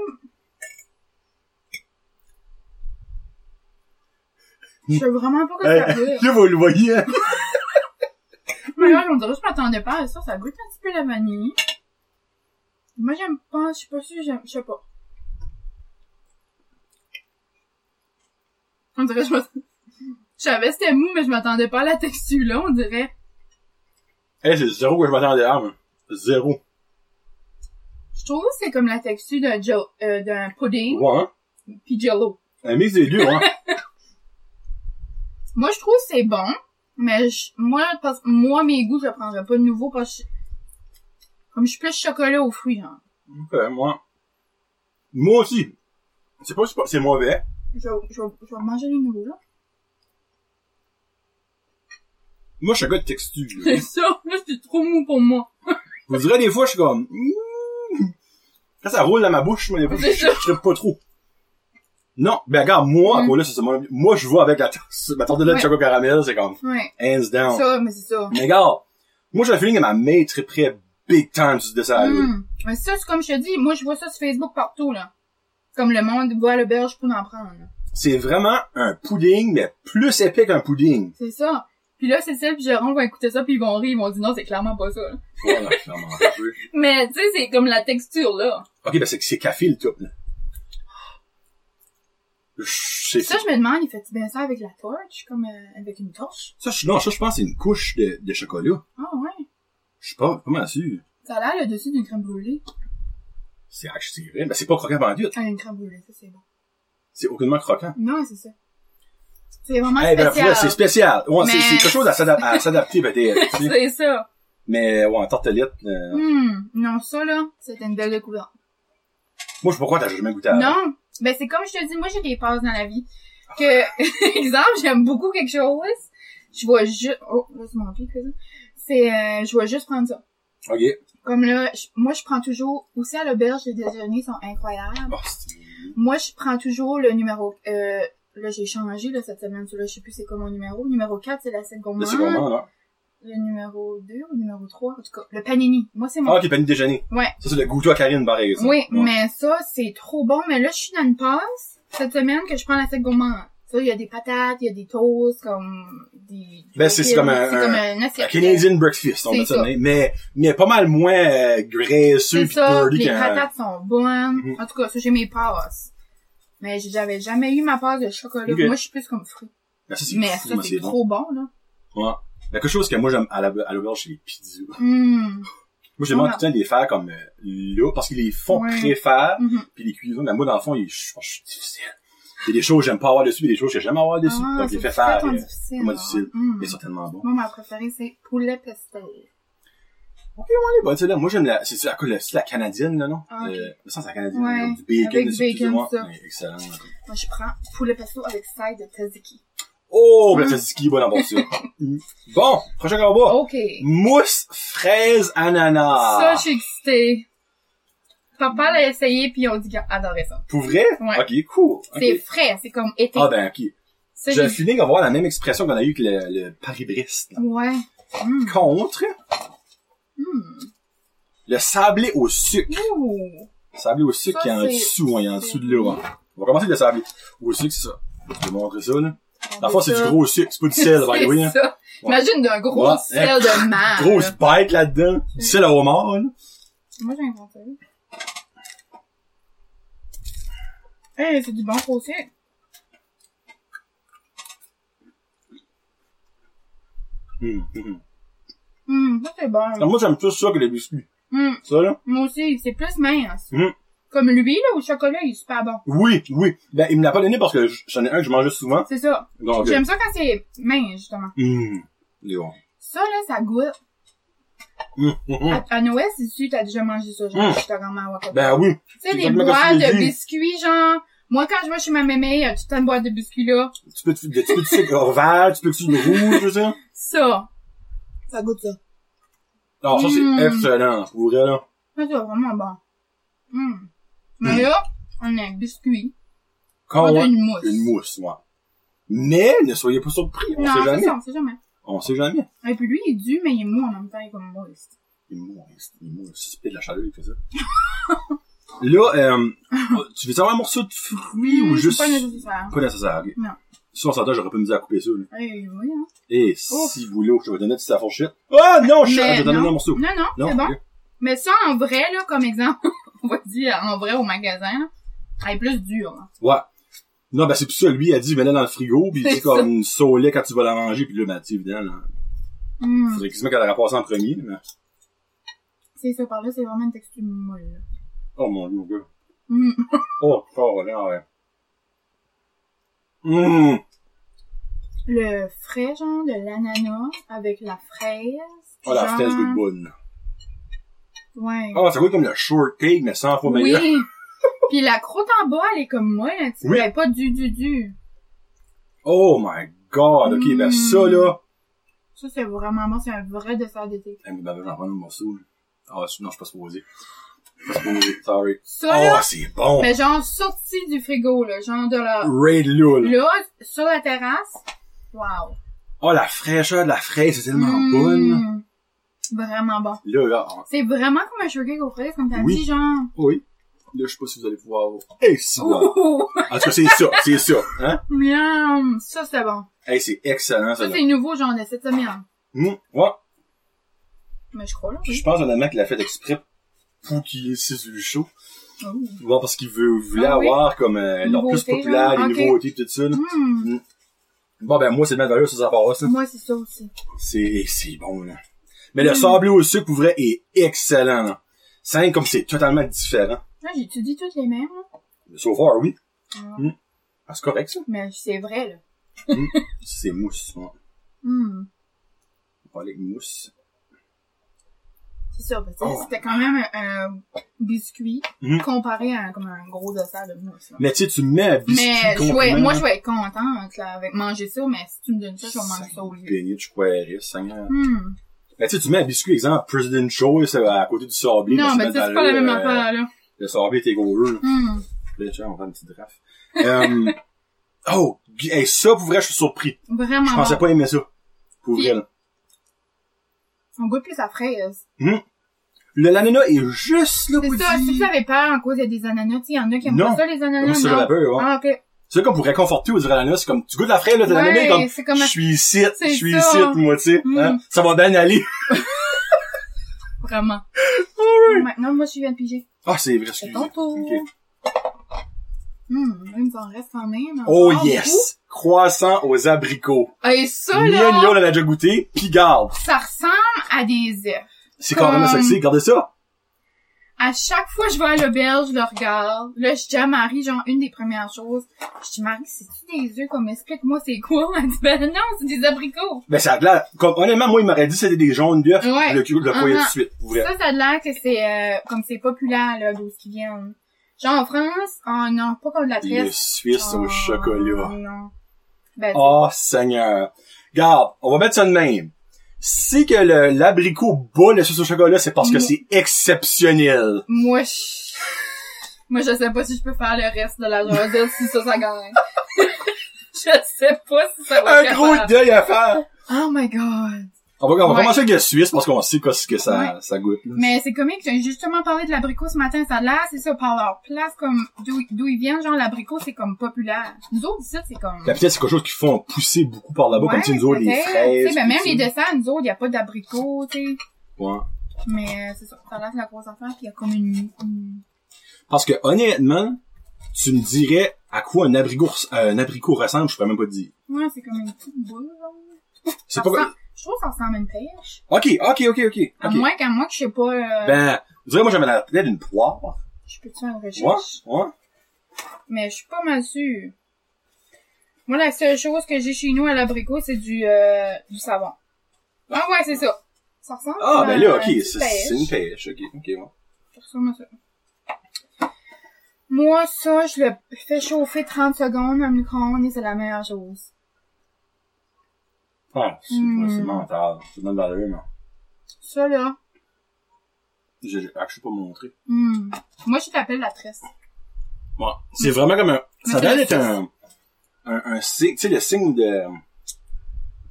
Je sais vraiment pas quoi ça
Hey,
veut dire.
là, vous le voyez, hein.
Mais là, on dirait que je m'attendais pas à ça. Ça goûte un petit peu la vanille. Moi, j'aime pas. Je sais pas si j'aime. Je sais pas. On dirait que je m'attendais... Je savais que c'était mou, mais je m'attendais pas à la texture, là, on dirait.
Hey, c'est zéro que je m'attendais à, moi. Zéro.
Je trouve que c'est comme la texture d'un jo- euh, d'un pudding
Ouais, hein.
pis jello.
Un mix des deux, hein.
Moi, je trouve que c'est bon, mais je- moi, parce moi, mes goûts, je le prendrais pas de nouveau parce que je- comme je suis plus chocolat aux fruits, hein. genre.
Euh, moi. Moi aussi. C'est pas, c'est pas, c'est mauvais.
Je, vais- je, vais- je vais manger les nouveaux, là.
Moi, je suis un gars de texture. là.
C'est ça, là, c'est trop mou pour moi.
Vous direz, des fois, je suis comme, Mmh. Quand ça roule dans ma bouche, moi, des fois, je,
C'est
je, je trippe pas trop. Non, ben, regarde, moi,
Mm.
encore là, ça, c'est mon, moi, je vois avec la, tasse- ma tortellette de
Ouais.
choco caramel, c'est comme,
Ouais,
hands down.
ça, mais c'est ça.
Mais regarde, moi, j'ai le feeling que ma mère tripperait big time sur ce dessert
Hmm. Mais ça, c'est comme je te dis, moi, je vois ça sur Facebook partout, là. Comme le monde voit le berge pour en prendre. là.
C'est vraiment un pudding, mais plus épais qu'un pudding.
C'est ça. Puis Puis là, Cécile puis Jérôme vont écouter ça puis ils vont rire, ils vont dire non, c'est clairement pas ça. là.
Voilà, clairement, un peu.
Mais tu sais, c'est comme la texture là.
Ok, ben c'est c'est café le tout, là. Je- C'est
Ça, je me demande, il fait bien ça avec la torche, comme euh, avec une torche.
Ça, je, non, ça, je pense que c'est une couche de, de chocolat.
Ah ouais.
Je suis pas comment sûr.
Ça a l'air le dessus d'une crème brûlée.
C'est ah, c'est vrai. Ben, c'est pas croquant vendu.
Ah, une crème brûlée, ça c'est bon.
C'est aucunement croquant.
Non, c'est ça. C'est vraiment
Eh ben,
spécial.
après, c'est spécial. Ouais, c'est,
Mais-
c'est quelque chose à, s'adap- à s'adapter, peut-être. tu sais.
c'est ça.
Mais, ouais, en tartelette, euh,
Hmm. Non, ça là, c'était une belle découverte.
moi, je sais pas pourquoi t'as jamais goûté à
Non. Ben, c'est comme je te dis, moi, j'ai des passes dans la vie. Que, exemple, j'aime beaucoup quelque chose. Je vais juste, oh, là, c'est mon pied, que ça. C'est, euh, je vais juste prendre ça.
Ok.
Comme là, je- moi, je prends toujours, aussi à l'auberge, les déjeuners sont incroyables.
Oh, c'est-
Moi, je prends toujours le numéro, euh, là, j'ai changé, là, cette semaine, là, je sais plus c'est quoi mon numéro. Numéro 4, c'est la seconde.
là, c'est gourmand, là.
Le numéro 2 ou le numéro 3, en tout cas, le panini. Moi, c'est mon
Ah, ok, panier de déjeuner.
Ouais.
Ça, c'est le goût à Karine, par exemple.
Oui,
Ouais.
mais ça, c'est trop bon. Mais là, je suis dans une passe cette semaine que je prends la sec gourmand. Ça, il y a des patates, il y a des toasts, comme des...
Ben, c'est- c'est comme un-
C'est
un-
comme un
La
assiette.
Canadian breakfast, on
C'est
va se
ça.
dire. Mais, mais pas mal moins euh, graisseux
C'est
pis
ça,
dirty
les
qu'un...
patates sont bonnes.
Mhm.
En tout cas, ça, j'ai mes passes. Mais j'avais jamais eu ma passe de chocolat.
Ok.
Moi, je suis plus comme fruit.
Ben, ça, c'est
Mais
fou,
ça,
moi,
c'est
c'est bon.
trop bon, là.
Ouais. Il y a quelque chose que moi, j'aime à la- à l'auberge, c'est les pizzas.
Hum,
Moi, j'ai demandé
Ouais.
tout le temps de les faire comme euh, là, parce qu'ils les font
Ouais.
préfaire,
Mhm.
puis les cuisons, mais moi, dans le fond, ils- je je suis difficile. Il y a des choses que j'aime pas avoir dessus, puis des choses que j'aime avoir dessus.
Ah,
Donc, je
c'est
les fais
pas
faire.
tant
euh,
difficile.
comment
alors.
difficile.
Hum.
Mais certainement bon.
Moi, ma préférée, c'est poulet pesto.
Ouais, bah, tu sais, là, moi, j'aime la, c'est c'est à cause de la- c'est la canadienne, là, non?
Ah, ok.
Euh, ça, c'est la canadienne.
Ouais,
là, du bacon,
avec
dessus, puis
bacon,
tout, ouais.
ça.
Mais Excellent. là.
Moi, je prends poulet pesto avec side de tzatziki.
Oh,
Mm.
la tzatziki, bon, bon, ça. Mm. Bon, prochain combat.
OK.
Mousse, fraise, ananas.
Oh. Ça, je suis excitée. Papa l'a essayé, puis on dit qu'il a adoré ça.
Pour vrai?
Ouais.
Ok, cool. Ok.
C'est frais, c'est comme été.
Ah, ben, ok.
Ça,
J'ai
j'ai-
le feeling d'avoir la même expression qu'on a eu que le, le Paris-Brest. là.
Ouais. Mm.
Contre
Mm.
le sablé au sucre.
Ouh.
Sablé au sucre
Ça,
qui est en
c'est-
dessous, hein, il est en dessous de
c'est-
l'eau. hein. On va commencer avec le sablé. Au sucre, c'est ça. Je vais vous montrer ça, là. Dans le fond, c'est
Ça,
du gros sucre, c'est pas du sel, by the way,
C'est
hein.
ça.
Ouais.
Imagine d'un gros
Ouais. hein.
sel de mer.
Grosse bête là-dedans. Du sel à homard, là.
Moi, j'ai inventé. Eh, c'est du bon gros sucre. Hmm,
Hum, hum, hum.
Mm, ça, c'est
Alors,
bon.
Moi, j'aime plus ça que les biscuits.
Mm,
Ça, là.
moi aussi, c'est plus mince.
Mm.
Comme lui, là, au chocolat, il est super bon.
Oui, oui. Ben, il me l'a pas donné parce que j- j'en ai un que je mangeais souvent.
C'est ça.
Donc, euh,
J'aime ça quand c'est mince, justement.
hum. Il est bon.
Ça, là, ça goûte.
Hum, hum, hum.
À, à Noël, c'est sûr, t'as déjà mangé ça, genre,
Mm.
chez ta grand-mère ou à côté.
Ben oui.
Tu sais,
c'est
des
exactement
boîtes
comme tu l'as
de
dit.
biscuits, genre. Moi, quand je vais chez ma mémé, il y a toute une boîte de biscuits, là.
Tu peux, tu peux, tu peux du sucre vert, tu peux du sucre rouge, tout ça.
Ça. Ça goûte ça.
Non, ça,
Mm.
c'est excellent. Pour vrai, là.
Ça, c'est vraiment bon. Mm. Mais
Hum.
là, on a un biscuit.
Quand
on a
on-
une mousse.
Ah Une mousse, ouais. Mais, ne soyez pas surpris, on
non,
sait
c'est
jamais.
ça, on sait jamais.
On sait jamais.
Et puis lui, il est dû, mais il est mou en même temps, il est comme moist.
Il mousse, il mousse, c'est peut-être de la chaleur, il fait ça. Là, euh, tu veux savoir un morceau de fruit
Mm,
ou juste...
C'est pas nécessaire.
Pas nécessaire, ok.
Non.
Si on s'entend, j'aurais pas mis à couper ça, là.
Eh, oui, hein.
Et si vous voulez, je vais donner ça à fourchette. Ah, non, je
Mais
je vais donner
non.
un morceau.
Non, non, c'est bon.
ok.
Mais ça, en vrai, là, comme exemple, on va dire, en vrai, au magasin, là, elle est plus dure, là.
Ouais. Non, ben, c'est pour ça, lui, il a dit, mets-la dans le frigo, puis il
C'est
dit comme, saulet quand tu vas la manger, puis là, ben, tu sais, évidemment, là,
Mm.
faudrait quasiment qu'elle la repasse en premier, mais...
C'est ça, par là, c'est vraiment une texture molle. là.
Oh, mon dieu, mon gars.
Mm.
Oh, fort, là, ouais. Hum.
Le frais, genre, de l'ananas avec la fraise.
Oh, la
genre-
fraise de bonne.
Ouais.
Ah, ça goûte comme le shortcake, mais 100 fois Oh, meilleur.
oui. Puis la croûte en bas, elle est comme molle, hein, tu
Oui.
elle est pas du du du.
Oh my god, ok, ben
Mm.
ça, là...
Ça, c'est vraiment bon, c'est un vrai dessert d'été.
Eh, ben, ben, j'en prends un morceau, là. Ah, non, je suis pas supposé. Je suis pas supposé, sorry.
Ça,
Oh,
là,
c'est bon!
mais genre sorti du frigo, là, genre de la...
Raid Lul.
Là, sur la terrasse, wow.
Oh, la fraîcheur de la fraise, c'est tellement
Mm.
bonne.
Vraiment bon.
Là, là, on-
C'est vraiment comme un sugar cake aux fraises, comme t'as
Oui.
dit, genre...
oui. Là, je sais pas si vous allez pouvoir voir. Hey, si bon.
Oh, oh, oh.
En tout cas, c'est ça, c'est ça, hein?
Miam! Ça, c'est bon.
Hey, c'est excellent, ça,
Ça,
là.
c'est nouveau, j'en ai cette semaine.
Hum, ouais.
Mais je crois, là.
Je pense, honnêtement, qu'il l'a fait exprès pour qu'il ait six du show.
Oh.
Bon, parce qu'il veut, voulait
Ah oui?
avoir, comme, euh, leur plus
Nouveauté,
populaire, les
là. Ok.
nouveautés, tout ça, là.
Hmm.
Bon, ben, moi, c'est de mettre valeur sur ces affaires-là, ça.
Moi, c'est ça aussi.
C'est, c'est bon, là. Mais
Mm.
le sablé au sucre, pour vrai, est excellent, là. Cinq, comme c'est totalement différent.
Là, j'étudie toutes les mêmes, là.
So far, oui.
Ah.
Mm. Ah, c'est correct, ça.
Mais c'est vrai, là.
C'est mousse. ouais.
Hmm.
On va aller avec mousse.
C'est ça, parce que
Oh.
c'était quand même un, un biscuit
Hmm.
comparé à un- comme un gros dessert de mousse, là.
Mais tu sais, tu mets un biscuit
Mais je
compliment,
vais, moi,
là.
je vais être content avec, la- avec manger ça, mais si tu me donnes ça, je vais manger ça au lieu.
Beignet de chouquerie, Seigneur.
Hmm.
euh. Mais tu sais, tu mets un biscuit, exemple, President Choice euh, à côté du sablé.
Non,
parce
mais
que
ça,
dans
c'est pas la
le-
même
euh,
affaire, là.
Le sablé était gros, là.
Hmm.
Là, tiens, on va faire une petite draft. Euh, oh, gu- hey, ça, pour vrai, je suis surpris.
Vraiment
Je pensais
bon.
pas aimer ça. Pour
Puis-
vrai, là.
On goûte plus la fraise.
Le l'ananas est juste là,
C'est
pour
ça, si vous
dire.
avez peur en cause il y a des ananas, tu sais, il y en a qui aiment
Non.
pas ça, les
Moi,
ananas,
c'est la
non?
peur, ouais.
Ah, ok.
C'est comme pour réconforter ou dire à l'ananas, c'est comme, tu goûtes la fraise, là, t'as l'ananas,
Ouais,
comme,
c'est comme
je
un-
suis ici, je
C'est
suis
ça.
ici, moi, tu sais, hein.
Mm.
Ça va bien aller.
Vraiment. Maintenant, moi, je viens de piger.
Ah, c'est vrai, excusez.
C'est ton tour.
Ah Ok.
Hum, il me en reste quand même.
Oh
encore beaucoup.
yes! Croissant aux abricots.
Et ça,
Mienne,
là,
là, on en a déjà goûté, pis garde.
ça ressemble à des œufs.
C'est carrément ça
Comme-
que c'est, regardez ça.
À chaque fois que je vais à l'auberge, je le regarde. Là, je dis à Marie, genre, une des premières choses. Je dis, Marie, c'est-tu des œufs? Comme, explique-moi, c'est quoi? Elle dit, ben non, c'est des abricots.
Mais Ben, ça a de l'air, comme, honnêtement, moi, il m'aurait dit que c'était des jaunes d'œufs,
Ouais.
je le, je le croyais
Uh-huh.
tout de suite, pour vrai.
Ça, ça a l'air que c'est, euh, comme c'est populaire, là, d'où ce qu'ils viennent. Genre, en France, oh non, pas comme de la
Le
tresse.
Suisse au
Oh,
chocolat.
Non. Ben,
Oh, Seigneur. Garde, on va mettre ça de même. Si que le- l'abricot bat le Suisse au chocolat, c'est parce que
Mm.
c'est exceptionnel.
Moi, je... Moi, je sais pas si je peux faire le reste de la journée si ça, ça gagne. je sais pas si ça va
Un
être
gros
capable.
deuil à faire.
Oh my god.
On va, on va
Ouais.
commencer avec le Suisse parce qu'on sait quoi, ce que ça, ça goûte. là.
Mais c'est comique, j'ai justement parlé de l'abricot ce matin, ça a l'air, c'est ça, par leur place, comme, d'où d'où ils viennent, genre, l'abricot, c'est comme populaire. Nous autres, ici, c'est comme...
Puis peut-être c'est quelque chose qu'ils font pousser beaucoup par là-bas,
Ouais,
comme si nous autres, les
peut-être.
fraises.
Tu sais, ben, même
puis
les
tout
desserts, nous autres, y a pas d'abricot, tu sais.
ça. Ouais.
Mais, euh, c'est ça, ça a l'air de la grosse affaire, pis y a comme une... une-
Parce que, honnêtement, tu me dirais à quoi un abricot, res- euh, un abricot ressemble, je pourrais même pas te dire.
Ouais, c'est comme une petite boule, genre.
C'est
Ah, Ça
pas...
ressemble- Je trouve que ça ressemble à une pêche.
Ok, ok, ok, ok.
À
ok.
moins qu'à moi que je sais pas, euh,
Ben, je dirais, moi, j'avais la tête d'une poire.
je peux te faire une
Ouais,
recherche.
ouais.
Mais je suis pas mal sûre. Moi, la seule chose que j'ai chez nous à l'abricot, c'est du, euh, du savon. Ah ouais, c'est ça. Ça ressemble
Ah,
à
ben là, ok,
une
c'est
petite pêche.
c'est une pêche. Ok, ok, ouais.
Ça ressemble à ça. Moi, ça, je le fais chauffer 30 secondes dans le micro-ondes et c'est la meilleure chose.
Ah, c'est
Hmm.
ouais, c'est mental. C'est même valeur, non.
Ça, là,
Je je- ah, je sais pas montrer.
hmm. moi, je t'appelle la tresse.
Ouais. C'est vraiment comme un...
Mais
Ça
c'est
doit
la
être un... Un, un signe... Tu sais, le signe de...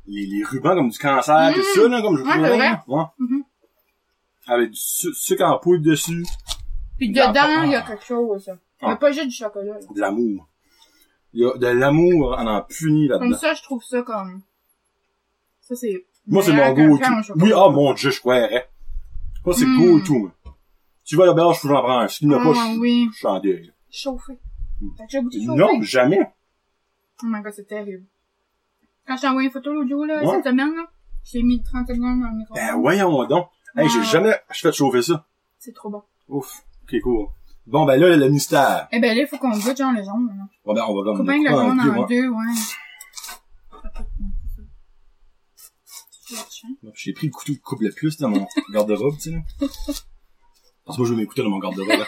Les, les rubans comme du cancer, tout ça, là, comme je
Hmm. Ouais, c'est vrai.
Ouais.
Mhm.
Avec du su- sucre en poudre dessus.
Puis
Ah,
dedans, il y a
ah.
quelque chose. là.
Ah.
Mais pas juste du chocolat. là.
de l'amour. Il y a de l'amour, on en punit
Comme
là-dedans.
ça, je trouve ça comme... Ça, c'est...
Moi, c'est mon
meilleur qu'un
go-to.
pain au chocolat.
Oui, ah, mon dieu, je croirais. Moi, c'est
Mm.
go-to, moi. Tu vas à l'auberge, faut que j'en prends un. S'il n'y en a
Ah,
pas, je
oui. Ah,
je suis en deuil.
Chauffé. T'as déjà goûté chauffé?
Non, jamais.
Oh my god, c'est terrible. Quand j'ai envoyé une photo l'audio, là,
Ouais.
cette semaine, là, j'ai mis 30 secondes dans le micro.
Ben, voyons donc. Hey, j'ai
Ouais.
jamais, je fais chauffer ça.
C'est trop bon.
Ouf. Ok, cool. Bon, ben là, le mystère.
Eh ben, là, il faut qu'on goûte, genre, le jaune, là.
Bon, ben, on va
Faut
comme
bien que le jaune
prendre
en
moi.
deux, ouais. Tu cherches, hein?
J'ai pris le couteau qui coupe le plus dans mon garde-robe, tu sais, là. Parce que moi, je veux mes couteaux dans mon garde-robe, là.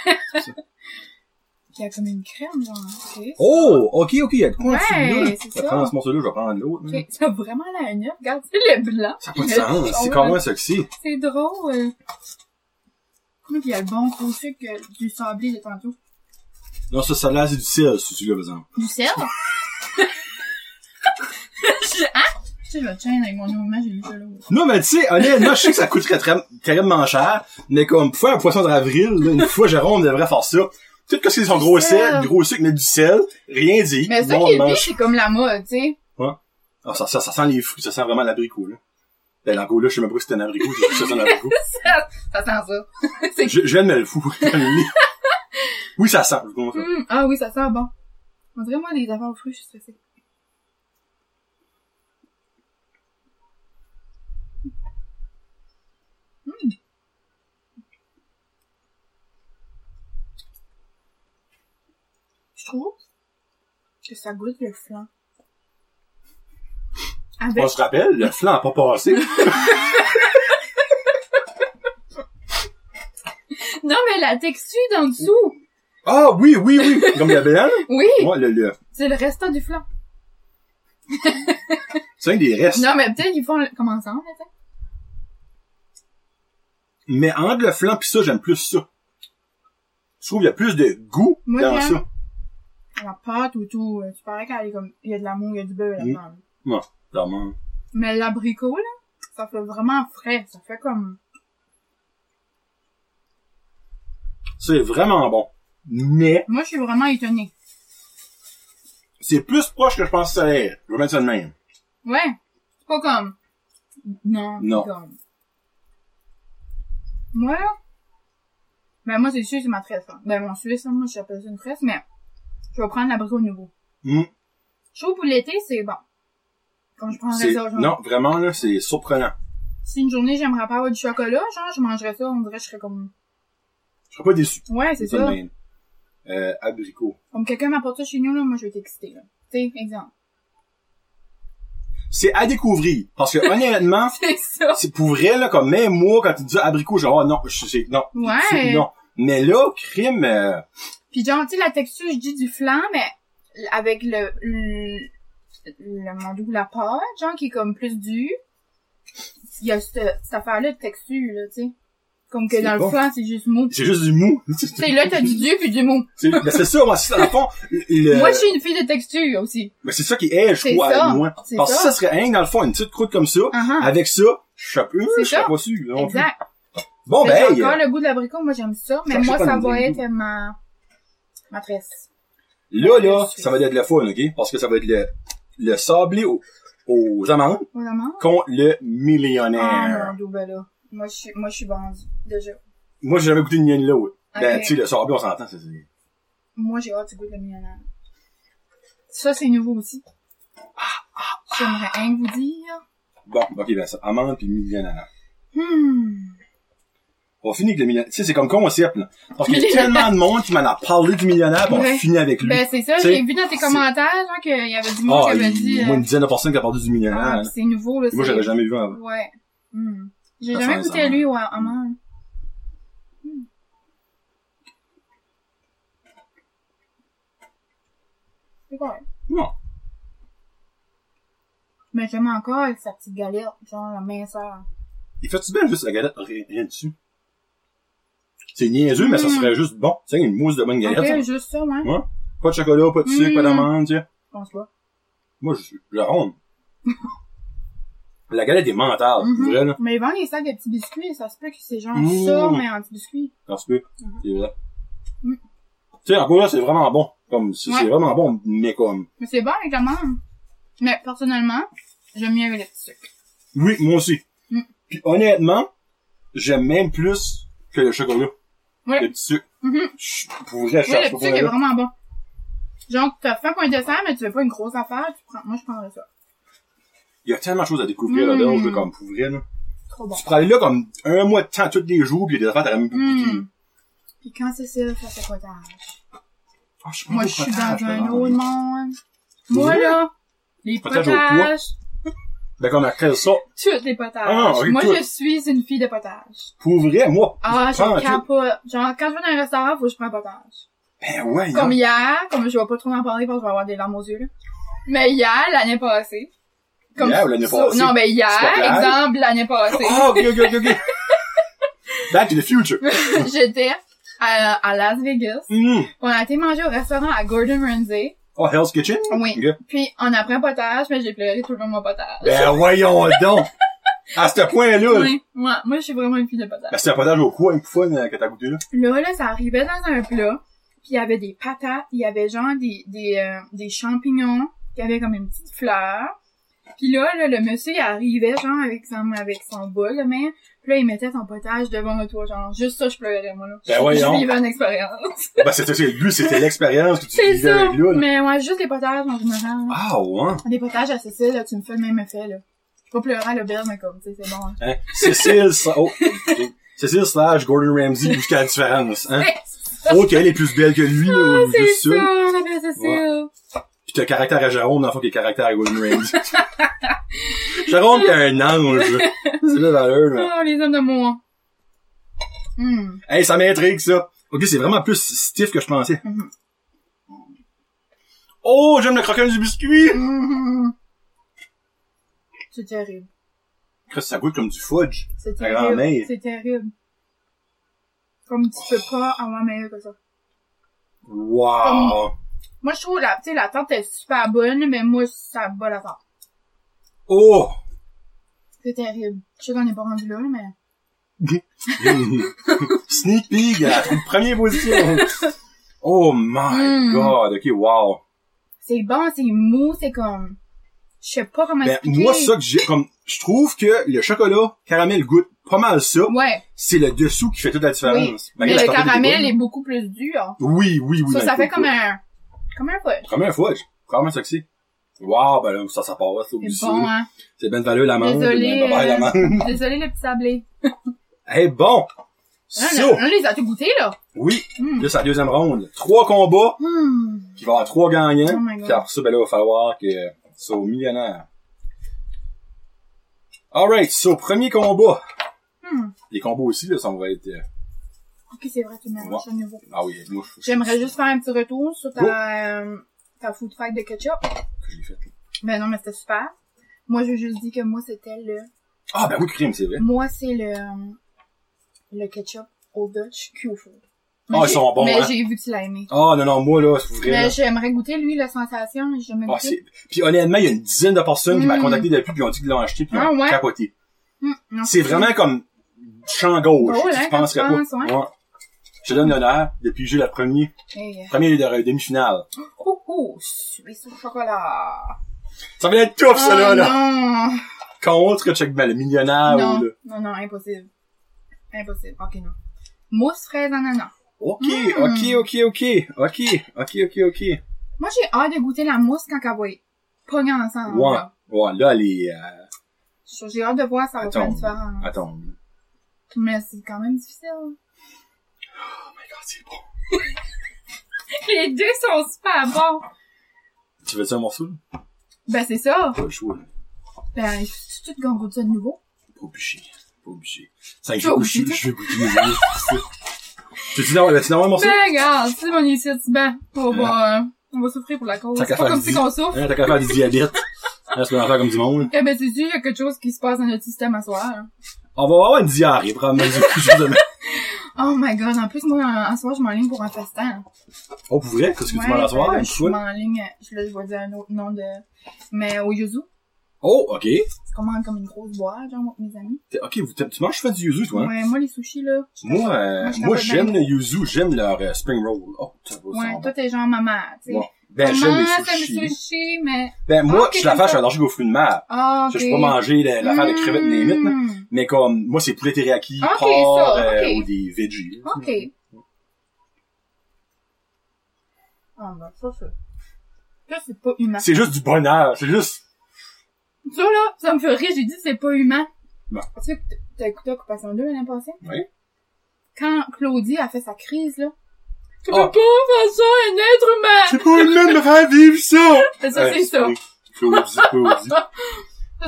Il y a comme une crème, genre. Ok.
Oh! Ok, ok, il y a de quoi en dessous de là, là?
Ouais, c'est
Je vais
ça.
prendre ce morceau-là, je vais prendre l'autre. là.
Ok, Ça a vraiment l'air neuf. Regarde, c'est le blanc.
Ça n'a pas de
Mais
sens.
c'est
C'est
drôle.
comment sexy.
C'est drôle. Puis il y a le bon gros sucre euh, du sablé de tantôt.
Non, ça, ça là, c'est du sel, celui-là, par exemple.
Du sel? je, hein? Tu sais, je vais te chaîne avec mon mouvement, j'ai lu ça là.
Non, mais tu sais, honnêtement, je sais que ça coûterait très- terriblement cher, mais comme, pour faire un poisson d'avril, là, une fois Jérôme devrait faire ça. Tout ce qu'ils sont gros
sel.
sel, gros sucre, mais du sel, rien dit.
Mais ça
Bon, on
qui est bien,
mange.
c'est comme la mode, tu sais.
Ah, ça, ça, ça sent les fruits, ça sent vraiment l'abricot, là. Ben, l'ango, là, je sais même pas si c'est un abricot, j'ai juste ça sent l'abricot.
ça, ça sent ça. C'est-
Je, je viens de me le fou. oui, ça sent, je vous comprends.
Hum, ah oui, ça sent bon. On dirait, moi, les affaires aux fruits, je suis stressée. Hum. Je trouve que ça goûte le flan. Avec,
On se rappelle, le flan a pas passé.
Non, mais la texture d'en dessous!
Ah, oui, oui, oui. Comme la belle.
Oui!
Ouais, le, le,
C'est le restant du flan.
c'est un des restes.
Non, mais peut-être qu'ils font le... comment ça, en fait?
Mais entre le flan pis ça, j'aime plus ça. Je trouve qu'il y a plus de goût
Moi,
dans
j'aime.
ça.
La pâte ou tout, euh, tu parais qu'elle est comme, il y a de l'amour, il y a du beurre
Mm.
là-dedans.
Dans mon-
Mais l'abricot, là, ça fait vraiment frais. Ça fait comme...
C'est vraiment bon. Mais,
Moi, je suis vraiment étonnée.
c'est plus proche que je pense que ça est. Je vais mettre ça de même.
Ouais. C'est pas comme... Non. c'est
Non.
Comme... Moi, là... Ben, moi, c'est sûr, c'est ma tresse. hein. Ben, mon suisse, hein, moi, j'appelle ça une tresse, mais... Je vais prendre l'abricot nouveau.
Mm.
Chaud pour l'été, c'est bon. Comme je prendrais
C'est-
ça aujourd'hui.
non, vraiment, là, c'est surprenant.
Si une journée, j'aimerais pas avoir du chocolat, genre, je mangerais ça, on dirait, je serais comme...
Je serais pas déçu.
Ouais, c'est
C'est ça
ça.
de même. Euh, abricot.
Comme quelqu'un m'apporte ça chez nous, là, moi, je vais t'exciter, là. Tu sais, exemple.
C'est à découvrir. Parce que, honnêtement,
C'est ça.
c'est pour vrai, là, comme même moi, quand tu dis abricot, genre, ah, non, je sais, non.
Ouais.
Non. Mais là, crime, euh,
Puis genre, tu sais, la texture, je dis du flan, mais l- avec le, le, le mandou, la pâte, genre, qui est comme plus dure, il y a cette, cette affaire-là de texture, là, tu sais. Comme que
C'est
dans
bon.
le flan, c'est juste mou. Tu
c'est juste du mou.
sais, là, t'as du dur puis du mou.
C'est- ben, c'est ça, moi, c'est, dans le fond, le-
Moi, je suis une fille de texture, aussi.
ben, c'est ça qui est, je
C'est
crois,
ça.
à moi.
C'est
Parce que
ça.
ça serait, hein, dans le fond, une petite croûte comme ça,
Ah
avec ça, je sais pas,
C'est
je serais
ça.
pas sûr, là, non plus.
Exact.
Bon,
Fait que
ben,
j'ai
hey,
encore le goût de l'abricot, moi, j'aime ça, mais
ça, je
moi,
sais pas
ça
le goût.
va être ma, ma tresse.
là, là, ça va être de la fun, ok? Parce que ça va être le, le sablé au- aux amandes
Vraiment?
contre le
Ah,
millionnaire.
mon double, là. Moi, je suis, moi, je suis vendue. Déjà.
Moi, j'ai jamais goûté une mienne là, ouais. Ben,
Ok.
tu sais, le sorbet, on s'entend, c'est, c'est-
Moi, j'ai hâte du goût de millionnaire. Ça, c'est nouveau aussi. J'aimerais rien vous dire.
Bon, ok, ben, ça, amande puis millionnaire.
Hmm.
On finit avec le millionnaire. Tu sais, c'est comme concept, là. Parce qu'il y a tellement de monde qui m'en a parlé du millionnaire, puis on
Ouais.
finit avec lui.
Ben, c'est ça,
C'est-
j'ai vu dans tes
c'est-
commentaires, genre, qu'il y avait du monde
Ah,
qui avait
il-
dit,
moi,
euh,
une dizaine de personnes qui a parlé du millionnaire.
ah,
là.
puis c'est nouveau, là.
Moi,
c'est-
j'avais jamais vu avant.
Ouais. Hmm. J'ai
Ça
jamais
sent
goûté
les
à Hmm. lui ou à amande. C'est correct.
Non.
Mais j'aime encore avec sa petite galette, genre, la minceur.
Il fait-tu bien juste la galette, rien, rien dessus? C'est niaiseux, mais ça
Mm.
serait juste bon. Tu sais, une mousse de bonne galette.
Ok,
ça.
juste ça, ouais.
Ouais. Pas de chocolat, pas de sucre,
Mm.
pas d'amande, tu sais.
Je pense pas.
Moi, je, je la ronde. la galette est mentale,
Mhm.
Ah, vrai, là.
Mais ils vendent les sacs de petits biscuits, ça se peut que c'est genre
Mmh.
ça, mais en petits biscuits.
Parce que,
Mhm.
c'est vrai.
Mm.
Tu sais, encore là, c'est vraiment bon. Comme, c'est
Ouais.
c'est vraiment bon, mais comme.
Mais c'est bon avec la mangue. Mais personnellement, j'aime mieux avec le petit sucre.
Oui, moi aussi.
Mm.
Puis honnêtement, j'aime même plus que le chocolat.
Ouais.
Le petit sucre.
Mhm.
Je pourrais
Oui, le
chercher
petit
pour
sucre est
le
vraiment bon. Genre, t'as faim pour un dessert, mais tu veux pas une grosse affaire, tu prends, moi je prendrais ça.
Il y a tellement de choses à découvrir là-dedans,
Mm.
je veux comme pour vrai, là.
C'est Trop bon.
Tu pourrais aller là comme un mois de temps tous les jours, puis il y a des affaires, t'aurais même pas goûté.
Mmh. Puis quand c'est ça, ça fait potage.
Ah, je suis pas
Moi
un
je suis
potage,
dans
par
un
exemple.
autre monde. Moi
Oui.
là, les
Potage au
potages,
Ben, qu'on a créé ça.
toutes les potages.
Ah, oui,
moi
tout.
je suis une fille de potage.
Pour vrai, moi.
Ah,
prends
je
tout.
capote. Genre, quand je vais dans un restaurant, faut que je prenne un potage.
Ben, ouais,
Comme
hein.
hier, comme je vais pas trop en parler parce que je vais avoir des larmes aux yeux, là. Mais hier, l'année passée.
Hier ou l'année
so-
passée?
Non, mais hier,
C'est pas grave.
exemple, l'année passée.
Ah, ok, ok, ok, ok. Back to the future.
J'étais à, à Las Vegas.
Mm.
On a été manger au restaurant à Gordon Ramsay.
Oh, Hell's Kitchen?
Oui.
Ok.
Puis, on a pris un potage, mais j'ai pleuré tout le long de mon potage.
Ben, voyons donc. À ce point-là, là.
Oui, moi, moi, je suis vraiment une fille de potage.
Ben, c'est un potage au coin, une fun, euh, que t'as goûté, là.
Là, là, ça arrivait dans un plat. Puis il y avait des patates, il y avait genre des, des, euh, des champignons, qui avaient comme une petite fleur. Puis là, là, le monsieur, il arrivait, genre, avec son, avec son bol, là, mais, puis là, il mettait son potage devant toi, genre, juste ça, je pleurais, moi, là.
Ben voyons.
Je vivais une expérience.
Ben, c'était ça, le but, c'était l'expérience que tu
C'est
vivais
ça.
avec l'autre.
Mais ouais, juste les potages, en général, là.
Ah, ouais.
Des potages à Cécile, là, tu me fais le même effet, là. Je suis pas pleurer à l'auberge, mais comme, tu sais, c'est bon. hein.
Hein? Cécile, sa- oh, ok. Cécile slash Gordon Ramsay, où jusqu'à la différence, hein?
Mais,
Oh, qu'elle est plus belle que lui, là,
Ah, c'est
juste
ça,
ça.
on appelle Cécile.
Pis t'as caractère à Jérôme, dans le fond, qui est caractère à Gordon Ramsay. Jérôme, t'es un ange. C'est la valeur, là.
Oh, les hommes de moi. Hmm.
Hey, ça m'intrigue, ça. Ok, c'est vraiment plus stiff que je pensais.
Mhm.
Oh, j'aime le croquant du biscuit!
Mhm. C'est terrible.
Christ, Ça goûte comme du fudge.
C'est
Ta grand-mère.
terrible. C'est terrible. Comme tu peux pas avoir meilleur que ça.
Wow!
Moi, je trouve, la, tu sais, la tarte est super bonne, mais moi, ça me bat la tarte.
Oh!
C'est terrible. Je sais qu'on n'est pas rendu là, mais...
Sneak peek, à la première position. Oh my
Mm.
god, ok, wow.
C'est bon, c'est mou, c'est comme... Je sais pas comment
Ben,
expliquer.
moi, ça que j'ai, comme, je trouve que le chocolat caramel goûte pas mal ça.
Ouais.
C'est le dessous qui fait toute la différence.
Mais
Malgré la
le
tarte était
caramel
bonne.
est beaucoup plus dur.
Oui, oui, oui.
Ça,
dans
ça
le
fait
coup,
comme
ouais.
un... Comme un fudge.
Comme un fudge. Comme un sexy. Wow, ben là, ça, ça passe, là, oublie
C'est
ça.
bon, hein.
C'est ben de valeur la mangue.
Désolé,
ben de valeur, la mangue.
Désolé, le petit sablé.
Eh bon!
Là,
Ça!
on, a- on les a tout goûtés, là.
Oui,
Ah, hein. Hmm.
là, c'est la deuxième ronde. Trois combats,
Hmm.
qui va avoir trois gagnants.
Oh my God.
puis après ça, ben là, il va falloir que tu sois au millionnaire. Alright, so, premier combat.
Hmm.
Les combats aussi, là, ça va être... euh,
Ok, c'est vrai, tu me mélanges à nouveau.
Ah oui, moi, je-
J'aimerais juste faire un petit retour sur ta, euh, ta food fight de ketchup.
que je l'ai fait.
Ben non, mais c'était super. Moi, je veux juste dire que moi, c'était le...
Ah, ben oui, crime, c'est vrai.
Moi, c'est le... euh, Le ketchup Old Dutch Q Food. Mais
Ah, ils
j'ai-
sont bons,
Mais
hein.
j'ai vu que tu l'as aimé.
Ah, non, non, moi, là, c'est vrai. là.
Mais j'aimerais goûter, lui, la sensation. mais j'ai Jamais
Ah,
goûté.
c'est- Puis honnêtement, il y a une dizaine de personnes qui m'ont
Mm.
contacté depuis, puis ils ont dit qu'ils l'ont acheté, puis ils
Ah,
ont
ouais?
capoté.
Hmm, non,
C'est vraiment comme champ gauche.
Drôle, hein,
tu penserais
quand tu
pas.
penses,
Ouais. Je te donne l'honneur depuis j'ai la première,
Hey, euh,
première de- demi-finale.
Coucou, suisse au chocolat.
Ça va être tough, Ah, ça, là,
Oh,
là.
non.
Contre, check, ben, le millionnaire,
non,
ou le...
non, non, impossible. Impossible. Ok, non. Mousse, fraise, ananas.
Ok,
Mm.
ok, ok, ok, ok, ok, ok, ok.
Moi, j'ai hâte de goûter la mousse quand elle va être pognée ensemble.
Ouais,
là.
ouais, là, elle est, euh,
Je- J'ai hâte de voir ça va
Attends.
faire différent.
attends.
Mais c'est quand même difficile.
Oh my God, c'est bon.
Les deux sont super bons.
Tu veux-tu un morceau, là?
Ben, c'est ça.
Pas le choix, là.
Ben, je suis toute qu'on goûte ça de nouveau.
Pas obligé. Pas obligé. Ça, je
Pas
vais
obligé.
goûter, je vais goûter mes amis. Tu veux-tu d'avoir, tu d'avoir un morceau?
Ben, regarde, si on est ici, tu- ben, on va, euh, on va souffrir pour la cause.
Tant
C'est
qu'à
pas
faire
comme
du-
si qu'on souffre.
Hein, t'as qu'à faire du diabète. Hein, c'est pas faire comme du monde.
Eh ben, c'est sûr, il y a quelque chose qui se passe dans notre système à soir. hein.
On va avoir une diarrhée, probablement. du coup, je vous aime.
Oh my god, en plus, moi, en, en soir, je m'enligne pour un festin.
oh, pour vrai? Qu'est-ce que tu m'en as soir?
ouais,
Une
je suis
fois?
en ligne, je, là, je vais dire un autre nom de... Mais au yuzu,
Oh, ok.
je commande comme une grosse boîte, genre, avec mes amis.
T'es- Ok, vous- t'as- tu manges, tu fais du yuzu, toi, hein?
Ouais, moi, les sushis, là... je-
Moi, euh,
Moi, je
moi,
t'en fais
j'aime
bien.
le yuzu, j'aime leur euh, spring roll. Oh, t'as pas
Ouais, toi, t'es genre maman, tu sais.
Ouais. Ben, j'aime
maman,
les
t'aimes les
sushis.
sushis, mais...
Ben, moi,
Ok,
je la
t'aimes
fais, je suis
ça.
allergique aux fruits de mer.
Ah,
Je
ok.
Je peux pas manger la- l'affaire de crevettes, les mythes, là.
Mm.
Mais comme, moi, c'est poulet teriyaki,
Ok,
porc,
ça,
euh,
ok.
ou des veggies. là.
Ok. Ah, ben, ça, ça... Ça, c'est pas humain.
C'est juste du bonheur, c'est juste...
Ça, là, ça me fait rire, j'ai dit c'est pas humain.
Bon.
Tu sais, que t'as écouté Occupation 2 l'année passée?
Oui.
Quand Claudie a fait sa crise, là. Tu
Ah.
peux pas faire ça à un être humain!
C'est pas humain de me faire vivre ça!
C'est ça, c'est ça.
Claudie, Claudie.
Ça,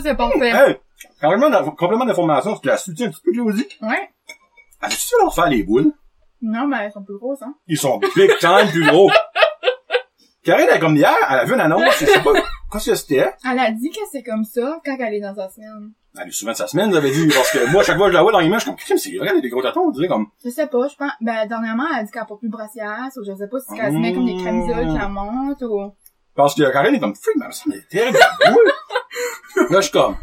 c'est parfait.
Hey! Complètement d'inf- complément d'information, tu la soutiens un petit peu, Claudie.
Ouais.
as tu leur faire les boules?
Non, mais elles sont plus grosses, hein.
Ils sont big time plus gros. Karine, elle, comme hier, elle a vu une annonce, je sais pas, qu'est-ce que c'était?
Elle a dit que c'est comme ça quand elle est dans sa semaine.
Elle est souvent de sa semaine, j'avais dit, parce que moi, chaque fois que je la vois dans les mains, je suis comme, crime, c'est vrai, elle a des gros tatons, on dirait comme,
Je sais pas, je pense, ben, dernièrement, elle a dit qu'elle a pas plus de brassière, ou je sais pas si qu'elle se met comme
Mmh.
des camisoles qui la montent, ou...
parce que Karine est comme, freak, mais ça, mais terrible, la boule. Là, je suis comme,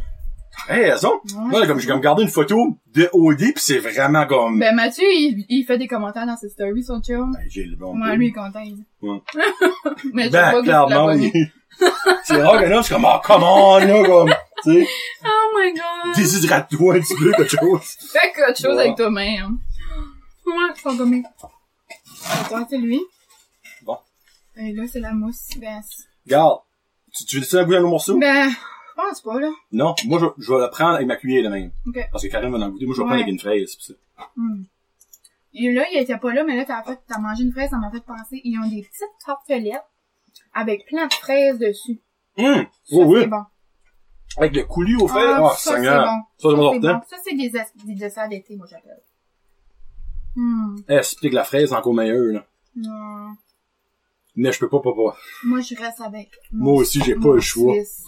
Hey, raison. Moi, comme, j'ai comme gardé une photo de OD pis c'est vraiment comme,
Ben, Mathieu, il, il fait des commentaires dans ses stories sur chum.
Ben, j'ai le bon.
Moi,
goût.
lui, il est content, il dit.
Ouais.
Mais je sais
Ben,
pas que
clairement,
tu l'as pas mis.
il- c'est rare que là, c'est comme, oh, come on, là, comme, tu sais,
Oh my god!
déshydrate-toi un petit peu, quelque chose.
Fais quelque chose
Ouais.
avec toi-même. Ouais, ils sont gommés. Attends, c'est lui.
Bon.
Et là, c'est la mousse. Ben, c'est-
Garde. Tu, tu veux-tu un bout d'un morceau?
ben, je pense pas, là.
Non. Moi, je, je vais la prendre avec ma cuillère, la même.
Ok.
Parce que Karine va en goûter. Moi, je vais prendre
Ouais.
avec une fraise, pis ça.
Hmm. Et là, il était pas là, mais là, t'as fait, t'as mangé une fraise, ça m'a fait penser. Ils ont des petites tartelettes avec plein de fraises dessus.
Hum!
Ça,
Oh, oui.
C'est bon.
Avec le coulis au fer.
Ah,
Oh,
ça, c'est
Seigneur.
bon.
Ça, c'est mon
C'est
temps.
bon. Ça, c'est des, es- des desserts d'été, moi, j'appelle. Hmm.
Explique la fraise encore meilleure, là.
Non.
Mais je peux pas, pas, pas.
Moi, je reste avec.
Moi aussi, j'ai pas le choix.
Suisse.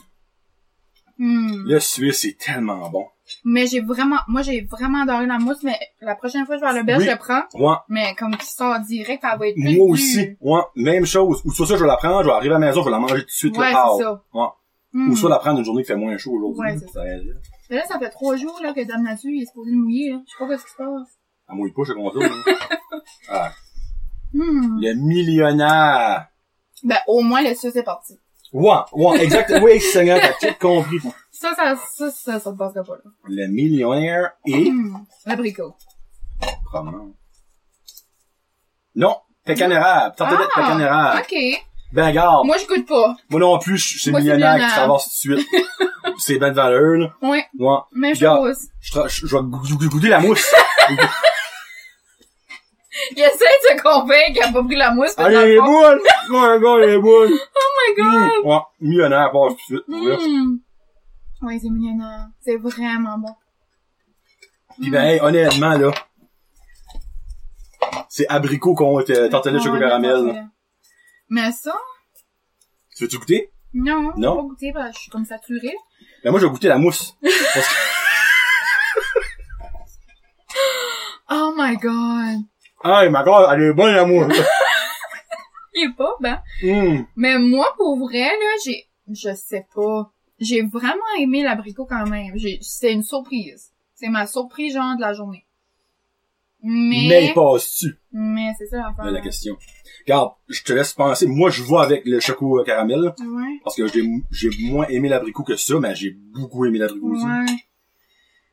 Hmm.
Le Suisse, c'est tellement bon.
Mais j'ai vraiment, moi j'ai vraiment adoré la mousse, mais la prochaine fois que je vais à l'auberge,
Oui.
je le prends.
Ouais.
Mais comme qui sort direct, elle va être plus
Moi
dure.
aussi. Ouais. Même chose. Ou soit ça, je vais la prendre, je vais arriver à la maison, je vais la manger tout de suite,
Ouais,
là. Ah.
c'est ça.
Ouais.
Hmm.
Ou soit la prendre une journée qui fait moins chaud aujourd'hui.
Ouais, c'est ça.
Elle
Mais là, ça fait trois jours là, que Dame Nature il est supposé mouiller. Là. Je sais pas ce qui se passe.
elle mouille pas, je suis content. hein. ah.
Hmm.
Le millionnaire.
Ben, au moins, le ça, c'est parti.
Ouais, ouais, exact. Oui, Seigneur, t'as tout compris.
Ça, ça, ça, ça, ça te passera pas, là.
Le millionnaire et...
Hmm. L'abricot.
Probablement. Non, pécan érable. Tartelette
Mm. Ah,
pécan érable.
OK.
Ben, garde.
Moi, je goûte pas.
Moi non plus, je- c'est
Moi, c'est
millionnaire qui
millionnaire.
traverse tout de suite. c'est ben de valeur, là.
Ouais,
Moi,
même
Regarde.
chose.
je, tra- je, je vais gou- gou- gou- goûter la mousse.
Il essaie de se convaincre qu'il a pas pris la mousse. mais
Allez,
dans
elle
le
est
fond-
bonne! Oh my god, elle est bonne!
Oh my god!
Mmh. Ouais, millionnaire passe tout de suite. Ouais.
Mm. Ouais, c'est millionnaire. C'est vraiment bon.
Pis ben, hey, honnêtement, là, c'est abricot contre euh, tartelette
Ouais,
choco
ouais,
caramel.
tartelette. Mais ça,
Tu veux-tu goûter?
non,
Non.
j'ai pas goûté parce que je suis comme saturée.
Ben, moi, je vais goûter la mousse. Parce que-
Oh my god.
Hey, ma god, elle est bonne, la mousse!
Il est pas bon.
Mmh.
Mais moi, pour vrai, là, j'ai, je sais pas. J'ai vraiment aimé l'abricot quand même. J'ai, c'est une surprise. C'est ma surprise, genre, de la journée.
Mais,
Mais,
il passe-tu?
mais c'est ça l'affaire.
C'est la question. Regarde, je te laisse penser. Moi, je vois avec le choco euh, caramel, là,
Ouais.
parce que j'ai j'ai moins aimé l'abricot que ça, mais j'ai beaucoup aimé l'abricot aussi.
Ouais.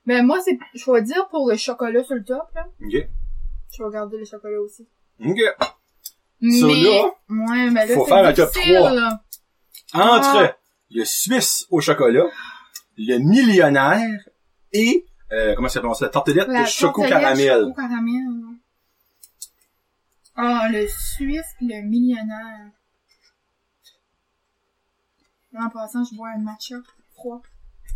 Ben, moi, c'est, je vais dire pour le chocolat sur le top, là.
OK?
Je vais garder le chocolat aussi.
OK.
Mais,
Ça, là,
ouais, mais là,
faut
c'est
faire un top
difficile,
trois.
là.
Entre
Ah.
le Suisse au chocolat, le millionnaire et, euh, comment ça s'appelle ça? La tartelette
La
de choco
tartelette
caramel.
Choco caramel. Ah, le Suisse pis le millionnaire. Là, en passant, je bois un matcha froid.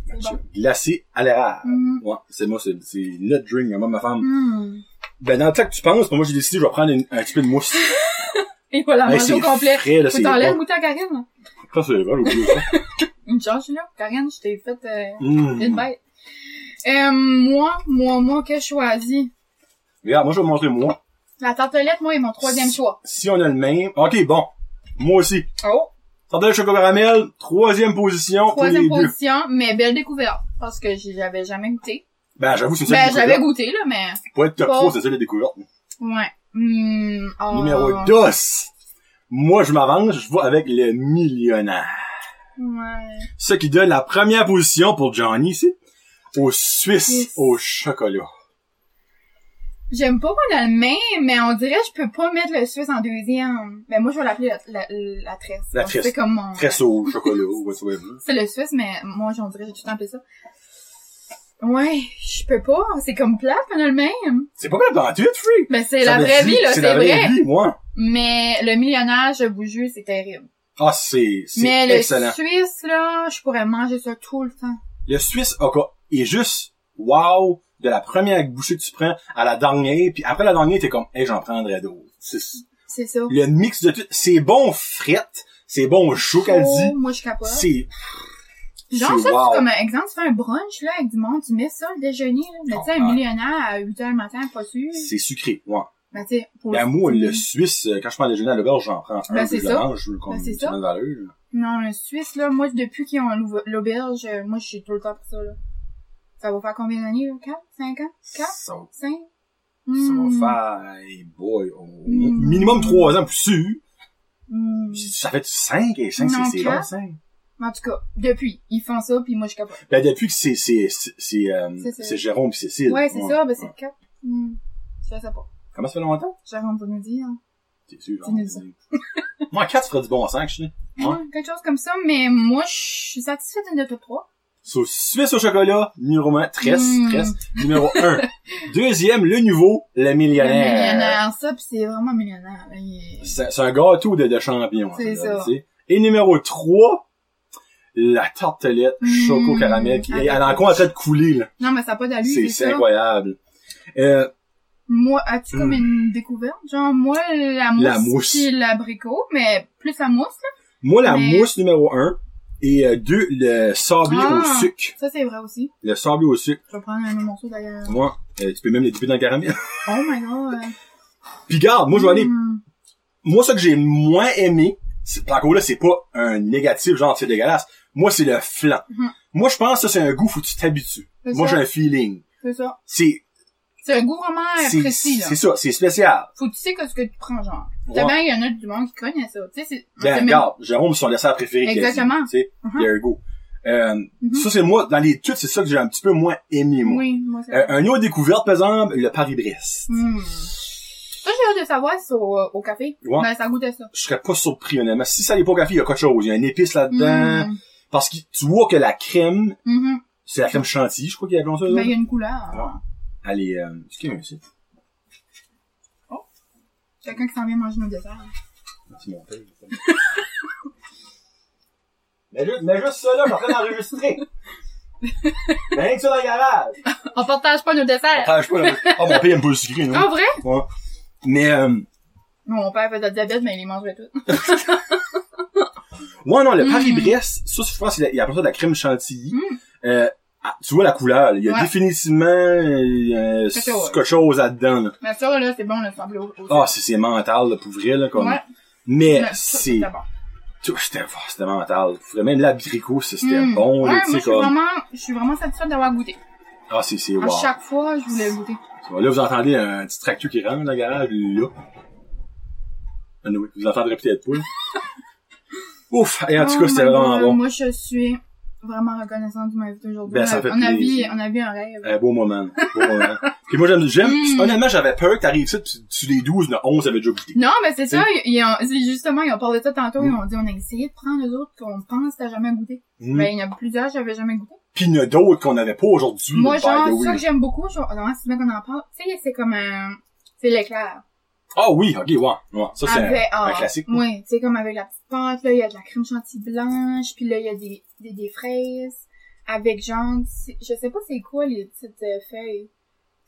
C'est bon.
Glacé à l'érable.
Mhm.
Ouais, c'est moi, c'est c'est notre drink, moi, ma femme.
Mm.
Ben, dans le temps que tu penses, moi, j'ai décidé, je vais prendre une- un petit peu de mousse.
Et voilà,
Hey,
manger au
c'est
complet.
frais, là,
Faut
c'est
t'enlèves
bon.
goûter à Karine, là.
Ça, c'est vrai, j'ai oublié ça.
Une charge, là. Karine, je t'ai fait, euh,
Mm.
une bête. Euh, moi, moi, moi, que je choisis?
Regarde, moi, je vais vous montrer moi.
La tartelette, moi, est mon troisième choix.
Si on a le même. OK, bon. Moi aussi.
Oh!
Tartelle choco caramel, troisième position pour
Troisième
les deux.
position, mais belle découverte. Parce que j'y- j'avais jamais goûté.
Ben, j'avoue, c'est une
Ben,
seule
j'avais
découverte.
goûté, là, mais.
Pour être top
Bon.
3, c'est ça la découverte.
Ouais. Hmm, ah.
Numéro 2. Moi, je m'avance, je vais avec le millionnaire.
Ouais.
Ce qui donne la première position pour Johnny ici. Au Suisse
Yes.
au chocolat.
J'aime pas qu'on a le même, mais on dirait que je peux pas mettre le Suisse en deuxième. Ben, moi, je vais l'appeler la, la, la tresse.
La
Parce que
tresse.
C'est comme mon...
Tresse au chocolat, ou whatsoever.
C'est le Suisse, mais moi, j'en dirais, j'ai tout le temps appelé ça. Ouais, je peux pas. C'est comme plate qu'on a le même.
C'est pas mal tout, free.
Ben, c'est
Ça
la
me
vraie
dit,
vie, là, c'est
la vraie
vrai.
vie, ouais.
Mais le millionnaire, je vous jure, c'est terrible.
Ah, c'est, c'est
Mais
excellent.
le Suisse, là, je pourrais manger ça tout le temps.
Le Suisse a quoi- est juste wow de la première bouchée que tu prends à la dernière, puis après la dernière, t'es comme, hey, j'en prendrais d'autres. C'est-
C'est ça.
Le mix de tout, c'est bon frette, c'est bon chaud qu'elle
Oh,
dit,
moi, je capote.
c'est,
Genre,
c'est
ça,
wow.
c'est comme un exemple, tu fais un brunch, là, avec du monde, tu mets ça, le déjeuner, là. Mais
Oh,
tu sais,
ouais.
un millionnaire à 8 h le matin, pas sûr.
c'est sucré, ouais.
Ben, tu sais, pour
Ben, moi, le Suisse, euh, quand je prends le déjeuner à l'auberge, j'en prends un,
Ben,
puis
c'est
je le
ça.
mange, je veux qu'on
Ben, c'est
me
ça.
donne valeur.
Non, le Suisse, là, moi, depuis qu'ils ont l'ouve- l'auberge, euh, moi, je suis tout le temps pour ça, là. Ça va faire combien d'années, 4, 5 ans? 4,
Ça,
5?
ça
Hmm.
va faire, hey boy, au- au-
Mm.
minimum trois ans, plus sûr.
Hmm.
Ça fait 5 et 5,
Non,
c'est
quatre.
long, 5.
En tout cas, depuis, ils font ça, puis moi, je capote.
Ben, depuis que c'est, c'est, c'est, c'est, euh,
C'est ça.
c'est Jérôme pis Cécile.
Ouais, c'est ça, ben c'est
ouais.
4. Hmm. Je fais ça pas.
Comment ça fait longtemps?
Jérôme va nous dire.
T'es sûr,
Tu nous
genre. Moi, 4 ferait du bon sang, je sais. Ouais.
Ouais, Hein, Quelque chose comme ça, mais moi, je suis satisfaite de notre 3.
So, Suisse au chocolat, numéro 1, 13,
Mm.
13, numéro 1. Deuxième, le nouveau, le millionnaire.
millionnaire, ça, puis c'est vraiment millionnaire. là, il est-
C'est, c'est un gâteau de, de champion.
C'est
là,
ça.
tu sais. Et numéro 3, la tartelette
Mm.
choco caramel qui est
Avec-
elle est encore en train de couler, là.
Non, mais ça n'a pas d'allure,
C'est,
Ah, c'est
c'est
ça.
incroyable. Euh,
Moi, as-tu comme
Hmm.
une découverte? Genre, moi, la mousse,
La mousse.
c'est l'abricot, mais plus la mousse, là.
Moi, la
Mais-
mousse numéro un. Et euh, deux, le sablé
Ah.
au sucre.
Ça, c'est vrai aussi.
Le sablé au sucre.
Je vais prendre un morceau d'ailleurs.
Moi, euh, tu peux même le dipper dans le caramel.
Oh my god.
Puis garde, moi je vais aller.
Hmm.
Moi, ce que j'ai moins aimé, c'est- par contre là, c'est pas un négatif, genre c'est dégueulasse. Moi, c'est le flan.
Mhm.
Moi, je pense que ça, c'est un goût faut que tu t'habitues.
C'est
Moi, j'ai
ça.
un feeling.
C'est ça.
C'est,
C'est un goût vraiment
c'est,
précis, là. Ah,
c'est ça, c'est spécial.
Faut que tu sais que ce que tu prends, genre.
Ouais.
T'as bien, il y en a du monde qui cogne à ça. Tu sais, c'est...
Ben,
c'est même-
regarde, Jérôme, c'est son dessert préféré. quasi,
Exactement.
Tu sais,
Mhm.
there you go. Euh,
Mhm.
Ça, c'est moi, dans les tuts, c'est ça que j'ai un petit peu moins aimé, moi.
Oui, moi, c'est...
Euh, un autre découverte, par exemple, le Paris-Brest.
Hmm. Ça, j'ai hâte de savoir si c'est au, au café.
Ouais.
Ben, ça goûtait ça.
je serais pas surpris, honnêtement. Si ça n'est pas au café, il y a quelque chose. Il y a une épice là-dedans.
Hmm.
Parce que tu vois que la crème,
Mhm.
c'est la crème chantilly, je crois qu'il y a comme ça.
Ben, il y
là.
a une couleur.
Ouais. Elle est, euh, est-ce qu'il y a un site?
Quelqu'un qui s'en vient manger nos desserts.
C'est mon père. mais, juste, mais juste ça, là, je suis en train d'enregistrer. mais rien que ça dans le garage.
On partage pas nos desserts.
Attends, je sais pas, là. Ah, mon père aime pas le sucré, non?
En vrai?
Ouais. Mais, euh,
Mon père faisait de la diabète, mais il les mangeait toutes.
ouais, non, le
Mm.
Paris-Brest, ça, je pense, qu'il y a- il y a pas ça de la crème chantilly.
Mm.
Euh, ah, tu vois la couleur, là. il y a
Ouais.
définitivement euh,
C'est ça, ouais.
quelque chose là-dedans. Là.
Mais ça, là, c'est bon, le semblé au, au
Ah, c'est c'est mental, là, pour vrai, là, comme.
Ouais.
Mais,
Mais ça,
c'est,
c'était bon.
tout, c'était, oh, c'était mental. Pour vrai, même l'abricot, ça, c'était
Mm.
bon,
Ouais,
là,
moi,
tu
je
sais,
suis
comme.
vraiment, je suis vraiment satisfaite d'avoir goûté.
Ah, c'est, c'est,
À
wow.
chaque fois, je voulais goûter.
Là, vous entendez un petit tracteur qui rentre dans le garage, là. Anyway, vous l'entendrez peut-être pas, là. Ouf! Et en tout
Oh
cas, c'était
my
vraiment
God,
bon.
Moi, je suis vraiment reconnaissante de ma vie d'aujourd'hui.
Ben, ça
on, a-
fait
on a vu,
plaisir.
on a vu un rêve.
Un Euh, beau moment, là. beau moment. Puis moi, j'aime, j'aime,
Mm.
honnêtement, j'avais peur que t'arrives ici, puis tu- tu les 12, le 11, avait déjà goûté.
Non, mais c'est
C'est-
ça, ils ils ont, c'est justement, ils ont parlé de ça tantôt,
Mm.
ils ont dit, on a essayé de prendre les autres qu'on pense t'as jamais goûté.
Mm.
Mais il y en a plusieurs, j'avais jamais goûté.
Puis il y en a d'autres qu'on n'avait pas aujourd'hui,
Moi,
by the
genre,
way.
ça que j'aime beaucoup, genre, non, c'est bien qu'on en parle, tu sais, c'est comme un, c'est l'éclair.
Ah oui, ok, ouais, ouais. Ça, c'est un-
Avec- ah,
classique.
Oui, tu sais, comme avec la petite pâte, là, il y a de la crème chantilly blanche, puis là, il y a des, des, des fraises, avec genre, c'est- je sais pas c'est quoi les petites euh, feuilles.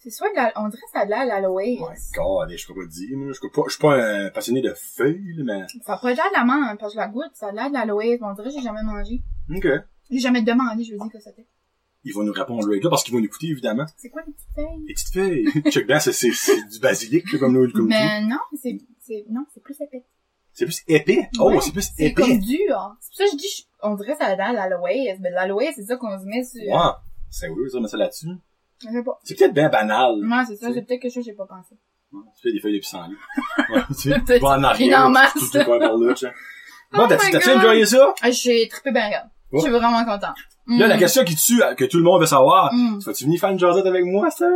C'est soit de la, on dirait que ça a de la- l'aloès.
My God, je peux pas dire, moi. je peux pas, je suis pas un passionné de feuilles, là,
Ça a pas l'air de la menthe, parce que je la goûte, ça a l'air de l'aloès, mais on dirait que j'ai jamais mangé.
mais, ok.
J'ai jamais demandé, je veux dire que c'était.
Ils vont nous répondre right là parce qu'ils vont nous écouter, évidemment.
C'est quoi les petites feuilles?
Les petites feuilles. Check bien, c'est, c'est, c'est du basilic, là, comme nous, comme tout.
Mais non, c'est, c'est, non, c'est plus épais.
C'est plus épais. Oh,
Ouais,
c'est plus
C'est comme
épais.
dur. hein. C'est pour ça que je dis, je- on dirait que ça a l'air de l'aloès, mais de l'aloès, c'est ça qu'on se met sur.
Ouais. C'est weird, ça, mais ça là-dessus.
Je sais pas.
C'est peut-être bien banal.
Non, c'est ça,
C'est-
c'est peut-être quelque chose que j'ai pas pensé.
Ouais, Tu fais des feuilles de pissenlit. Ouais, tu sais,
Peut-être
va en
qu'il
arrière.
en masse.
Tout, tout, tout, par là, tu sais. Bon,
Oh
t'as-tu,
my
t'as-tu
God.
enjoyé ça?
Ah, J'ai trippé bien, regarde.
Ouais.
Je suis vraiment contente.
Oh. Là, la
Mm.
question qui tue, euh, que tout le monde veut savoir,
Mm.
vas-tu venir faire une jasette avec moi, ça?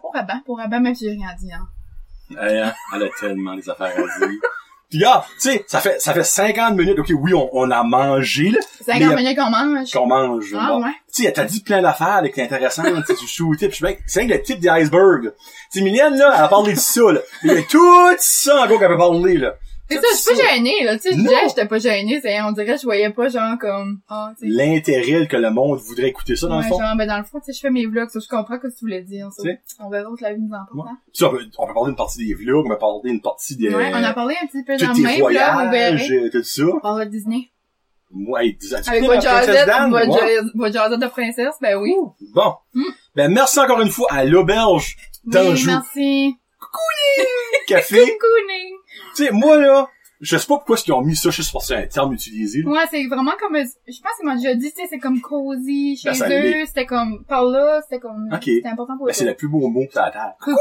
Pour Abba, pour Abba, même si j'ai rien dit, hein.
Hey, hein, elle a tellement des affaires à dire. Puis là, tu sais, ça fait, ça fait 50 minutes. OK, oui, on, on a mangé, là, Mais y
50
a-
minutes qu'on mange.
qu'on mange.
Ah,
bon.
ouais.
Tu sais, t'as dit plein d'affaires, là, qui est intéressant, tu sais, tu shootais, pis je suis bien- c'est rien que le type d'iceberg. Tu sais, Mylène, là, elle a parlé de ça, là. Il y a tout ça, en gros, qu'elle peut parler, là.
C'est ça,
Tout
je suis pas gênée, là. Tu sais, je
Non.
disais, j'étais pas gênée. C'est, on dirait, que je voyais pas, genre, comme, ah, tu sais.
L'intérêt que le monde voudrait écouter ça, dans
Ouais,
le fond.
genre, ben, dans le fond, tu sais, je fais mes vlogs, ça, je comprends ce que tu voulais dire, ça.
Tu sais.
On verra où que la vie nous emporte,
Ouais.
hein.
Puis ça, on peut, on peut parler d'une partie des vlogs, on peut parler d'une partie des...
Ouais, on a parlé un petit peu dans
tous
le
tes
même, là, on
voyages,
verra.
euh, tout ça.
On parlera de Disney.
Ouais, dis- as-tu
Avec
écouté
votre
la princesse
jasette,
Diane?
votre
Ouais.
ja- votre jasette de princesse, ben oui.
Bon.
Mm.
Ben, merci encore une fois à l'auberge
Oui,
d'Anjou
merci.
Café.
Cocooning.
tu sais, moi, là, Je sais pas pourquoi ils ont mis ça juste pour que c'est un terme utilisé. là.
Ouais, c'est vraiment comme, je pense que c'est déjà dit, tu sais, c'est comme cozy chez
Ben, ça
eux,
l'est.
c'était comme par là, c'était comme,
Ok.
c'était important pour
Ben,
eux.
c'est le plus beau mot que t'as à terre.
Coucou!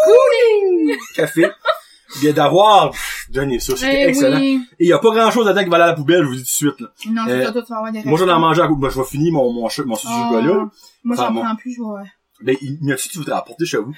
Café. Bien d'avoir pff, donné ça, c'était
Eh
excellent.
oui.
Et il y a pas grand chose à dire qui va aller à la poubelle, je vous le dis tout de suite. Là.
Non,
Euh,
c'est ça, toi, tu vas avoir des
Moi, j'en ai
réactions.
mangé à coup. Ben, je vais finir mon, mon, chou- mon sushi
Ah,
là.
Moi, j'en
Enfin,
prends plus, je vois.
Ben, il y en a-tu que tu voudrais apporter chez vous?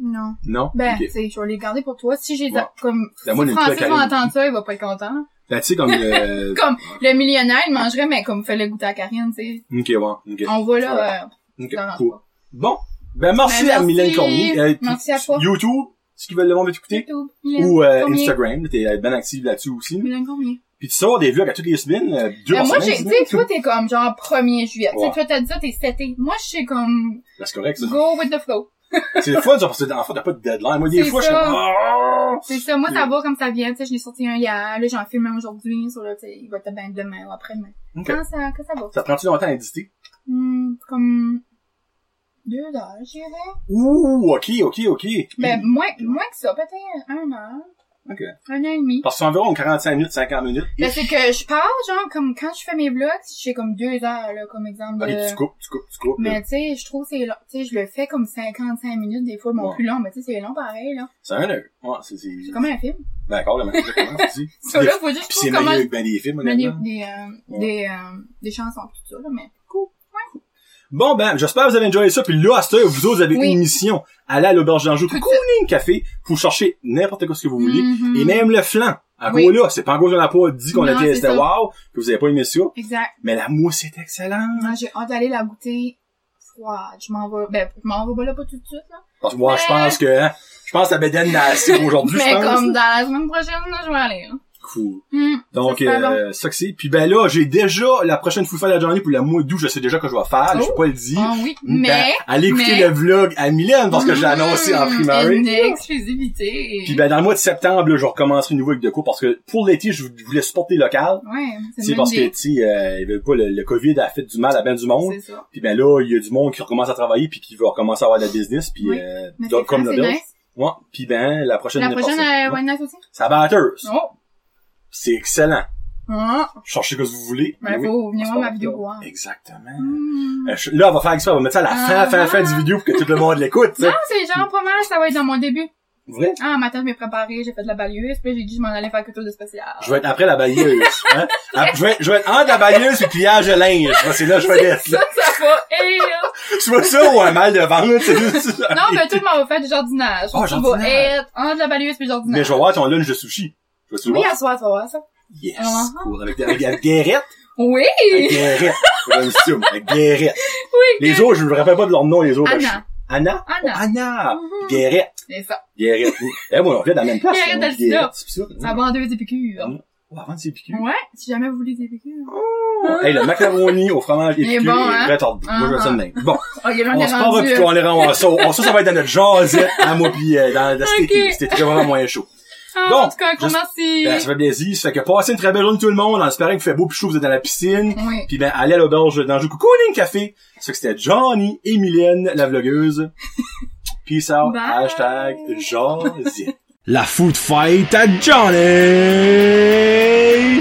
Non.
Non?
Ben,
Ok.
tu sais, je vais les garder pour toi. Si j'ai,
Bon.
comme,
Ben, moi,
si
une
Francis
plaque
va
à-
entendre ça, il va pas être content.
Ben, tu sais, comme, euh...
Comme- Le millionnaire, il mangerait, mais comme, fais le goûter à Karine, tu sais.
Ok, ouais. Ok.
On va là, euh,
Ok,
ça rentre
cool.
pas.
Bon. Ben, merci,
Ben,
à
merci.
Mylène Cormier. Euh,
Merci à toi.
YouTube, si qui veulent le monde t'écouter.
YouTube.
Ou euh,
Cormier.
Instagram, là, t'es bien active là-dessus aussi. là.
Mylène Cormier.
Puis tu sors des vlogs à toutes les semaines, euh, deux
Ben,
par
moi, j'ai,
semaine.
tu
dis-moi.
sais, toi, t'es comme, genre, 1er juillet. Tu
Ouais.
sais, toi, t'as dit ça, t'es 7 Moi, je suis comme,
Ben, c'est correct, ça.
go with the flow.
C'est le fun, ça, parce que en fait, t'as pas de deadline. Moi, des
C'est
fois, je
ça.
suis comme, Ah!
C'est ça, moi, ça
Mm.
va comme ça vient. Tu sais, je l'ai sorti un hier, là, j'en filme un aujourd'hui, sur le, tu sais, il va te bain demain ou après-demain.
Ok.
Quand ça, quand ça va?
Ça prend-tu longtemps à éditer?
Hmm, comme, deux heures, je dirais.
Ouh, ok, ok, ok.
Ben, moins, moins que ça, peut-être un heure.
Ok.
Un an et demi.
Parce que c'est environ 45 minutes, 50 minutes.
Ben, c'est que je parle, genre, comme, quand je fais mes vlogs, j'ai comme deux heures, là, comme exemple
Ok,
de...
tu coupes, tu coupes, tu coupes. là.
euh, Mais, tu sais, je trouve que c'est long. Tu sais, je le fais comme 55 minutes, des fois, mon
Ouais.
plus long, mais tu sais, c'est long pareil, là.
C'est un heure. Ouais, c'est, c'est...
C'est comme un film.
Ben, encore, la même chose, comment tu dis?
Ça, là, faut juste
Pis
que
c'est
je trouve comment
meilleur
je
que ben des films,
mets des,
honnêtement.
des, euh,
Ouais.
des, euh, des chansons, tout ça, là, mais cool.
Bon, ben, j'espère que vous avez enjoyé ça. Puis là, à cette heure, vous autres avez
Oui.
une mission. Allez à l'auberge d'Anjou,
Tout de
Cooling Café, pour chercher n'importe quoi ce que vous voulez.
Mhm.
Et même le flan. En
Oui.
gros, là, c'est pas en gros qu'on a pas dit qu'on
Non,
était,
c'est
c'était
ça.
wow, que vous avez pas aimé ça.
Exact.
Mais la mousse est excellente.
Non, j'ai hâte d'aller la goûter froide. Je m'en vais, ben, je m'en vais pas là, pas tout de suite, là.
Parce que moi, je
Mais-
pense que, hein, je pense que la bédaine n'a assez aujourd'hui, je
mais
pense.
comme dans la semaine prochaine, là, je vais aller, là.
Cool.
Hum,
Donc,
c'est pas long.
euh, ça que c'est. Puis ben là, j'ai déjà la prochaine fouille de la journée pour la mois d'août, je sais déjà que je vais faire, je vais pas le dire.
Ah oui,
Ben,
mais...
allez écouter
mais-
le vlog à Mylène parce que je l'ai annoncé en
Hum,
primary.
Une exclusivité.
Puis ben dans le mois de septembre, là, je recommencerai nouveau avec de quoi parce que pour l'été, je voulais supporter local.
ouais, c'est
C'est
une
parce
bonne
que
idée.
tu sais, euh, il y avait pas le, le Covid a fait du mal à ben du monde.
C'est ça.
Puis ben là, il y a du monde qui recommence à travailler puis qui va recommencer à avoir de la business puis
Oui.
euh,
Mais
donc,
c'est
comme
ça,
le
c'est
Bill.
nice.
Ouais. Puis ben la prochaine
La
est
prochaine,
passée.
euh,
Ouais.
Wine Night aussi?
Ça batteuse.
Oh!
C'est excellent.
Oh!
Cherchez ce que vous voulez.
Ben,
Mais oui,
faut venir
c'est
voir ma
pas
vidéo,
grave.
ouais.
Exactement.
Hum.
Euh, je- Là, on va faire ça, on va mettre ça à la fin, fin,
Ah.
fin du vidéo pour que tout le monde l'écoute, tu sais.
Non, c'est genre pas mal, ça va être dans mon début.
Vrai?
Ah, matin, je m'ai préparé, j'ai fait de la balieuse, puis là, j'ai dit, je m'en allais faire quelque chose de spécial.
Je vais être après la balayeuse, hein. Après, je vais, je vais être entre la balayeuse et le pliage de linge. Moi, C'est là, que je vais être,
Ça,
là.
ça va, et là.
Tu vois ça ou un mal de ventre, c'est juste ça.
Non, mais tout le monde va faire du jardinage.
Oh,
Ça va
jardinage.
être entre la balieuse puis le jardinage.
Mais je vais voir ton lunch de sushi. Je vais te
Oui,
voir.
à soir, tu vas voir ça.
Yes.
Ah.
Cool. Avec, avec, avec Guérette.
Oui!
Avec Guérette. Avec un zoom. Avec Guérette. Les autres, je me rappelle pas de leur nom, les autres.
Anna.
Anna?
Anna.
ben, Oh, Anna.
Mhm.
Guérette.
C'est ça.
Guérette. Eh, moi, on fait dans la même place.
Guérette
on
d'Alcina.
dit Guérette, c'est ça.
Ça va Mm-hmm. en deux des piqûres.
Mm. Oh, avant de ses piqûres.
Ouais, si jamais vous voulez des piqûres.
Oh. Hey, le macaroni au fromage
Il est
épicé
bon,
et
hein?
rétordu. Moi, je vais ça de même. Bon,
Ok, là, on
on
est
se part
rendu.
puis on les rend en ça. On- Ça, ça va être dans notre jasette, à moi, puis euh, dans la
Ok.
stéquille. C'était très vraiment moins chaud.
Ah,
Bon,
en tout cas, un gros
juste-
merci.
Ben, ça fait plaisir. Ça fait que passez une très belle journée tout le monde, en espérant qu'il fait beau puis chaud, vous êtes dans la piscine.
Oui.
Puis ben, allez à l'auberge d'Anjou. Coucou, Link Café. Ça que c'était Johnny et Mylène, la vlogueuse. Peace out.
Bye.
Hashtag jasette. La food fight à Johnny!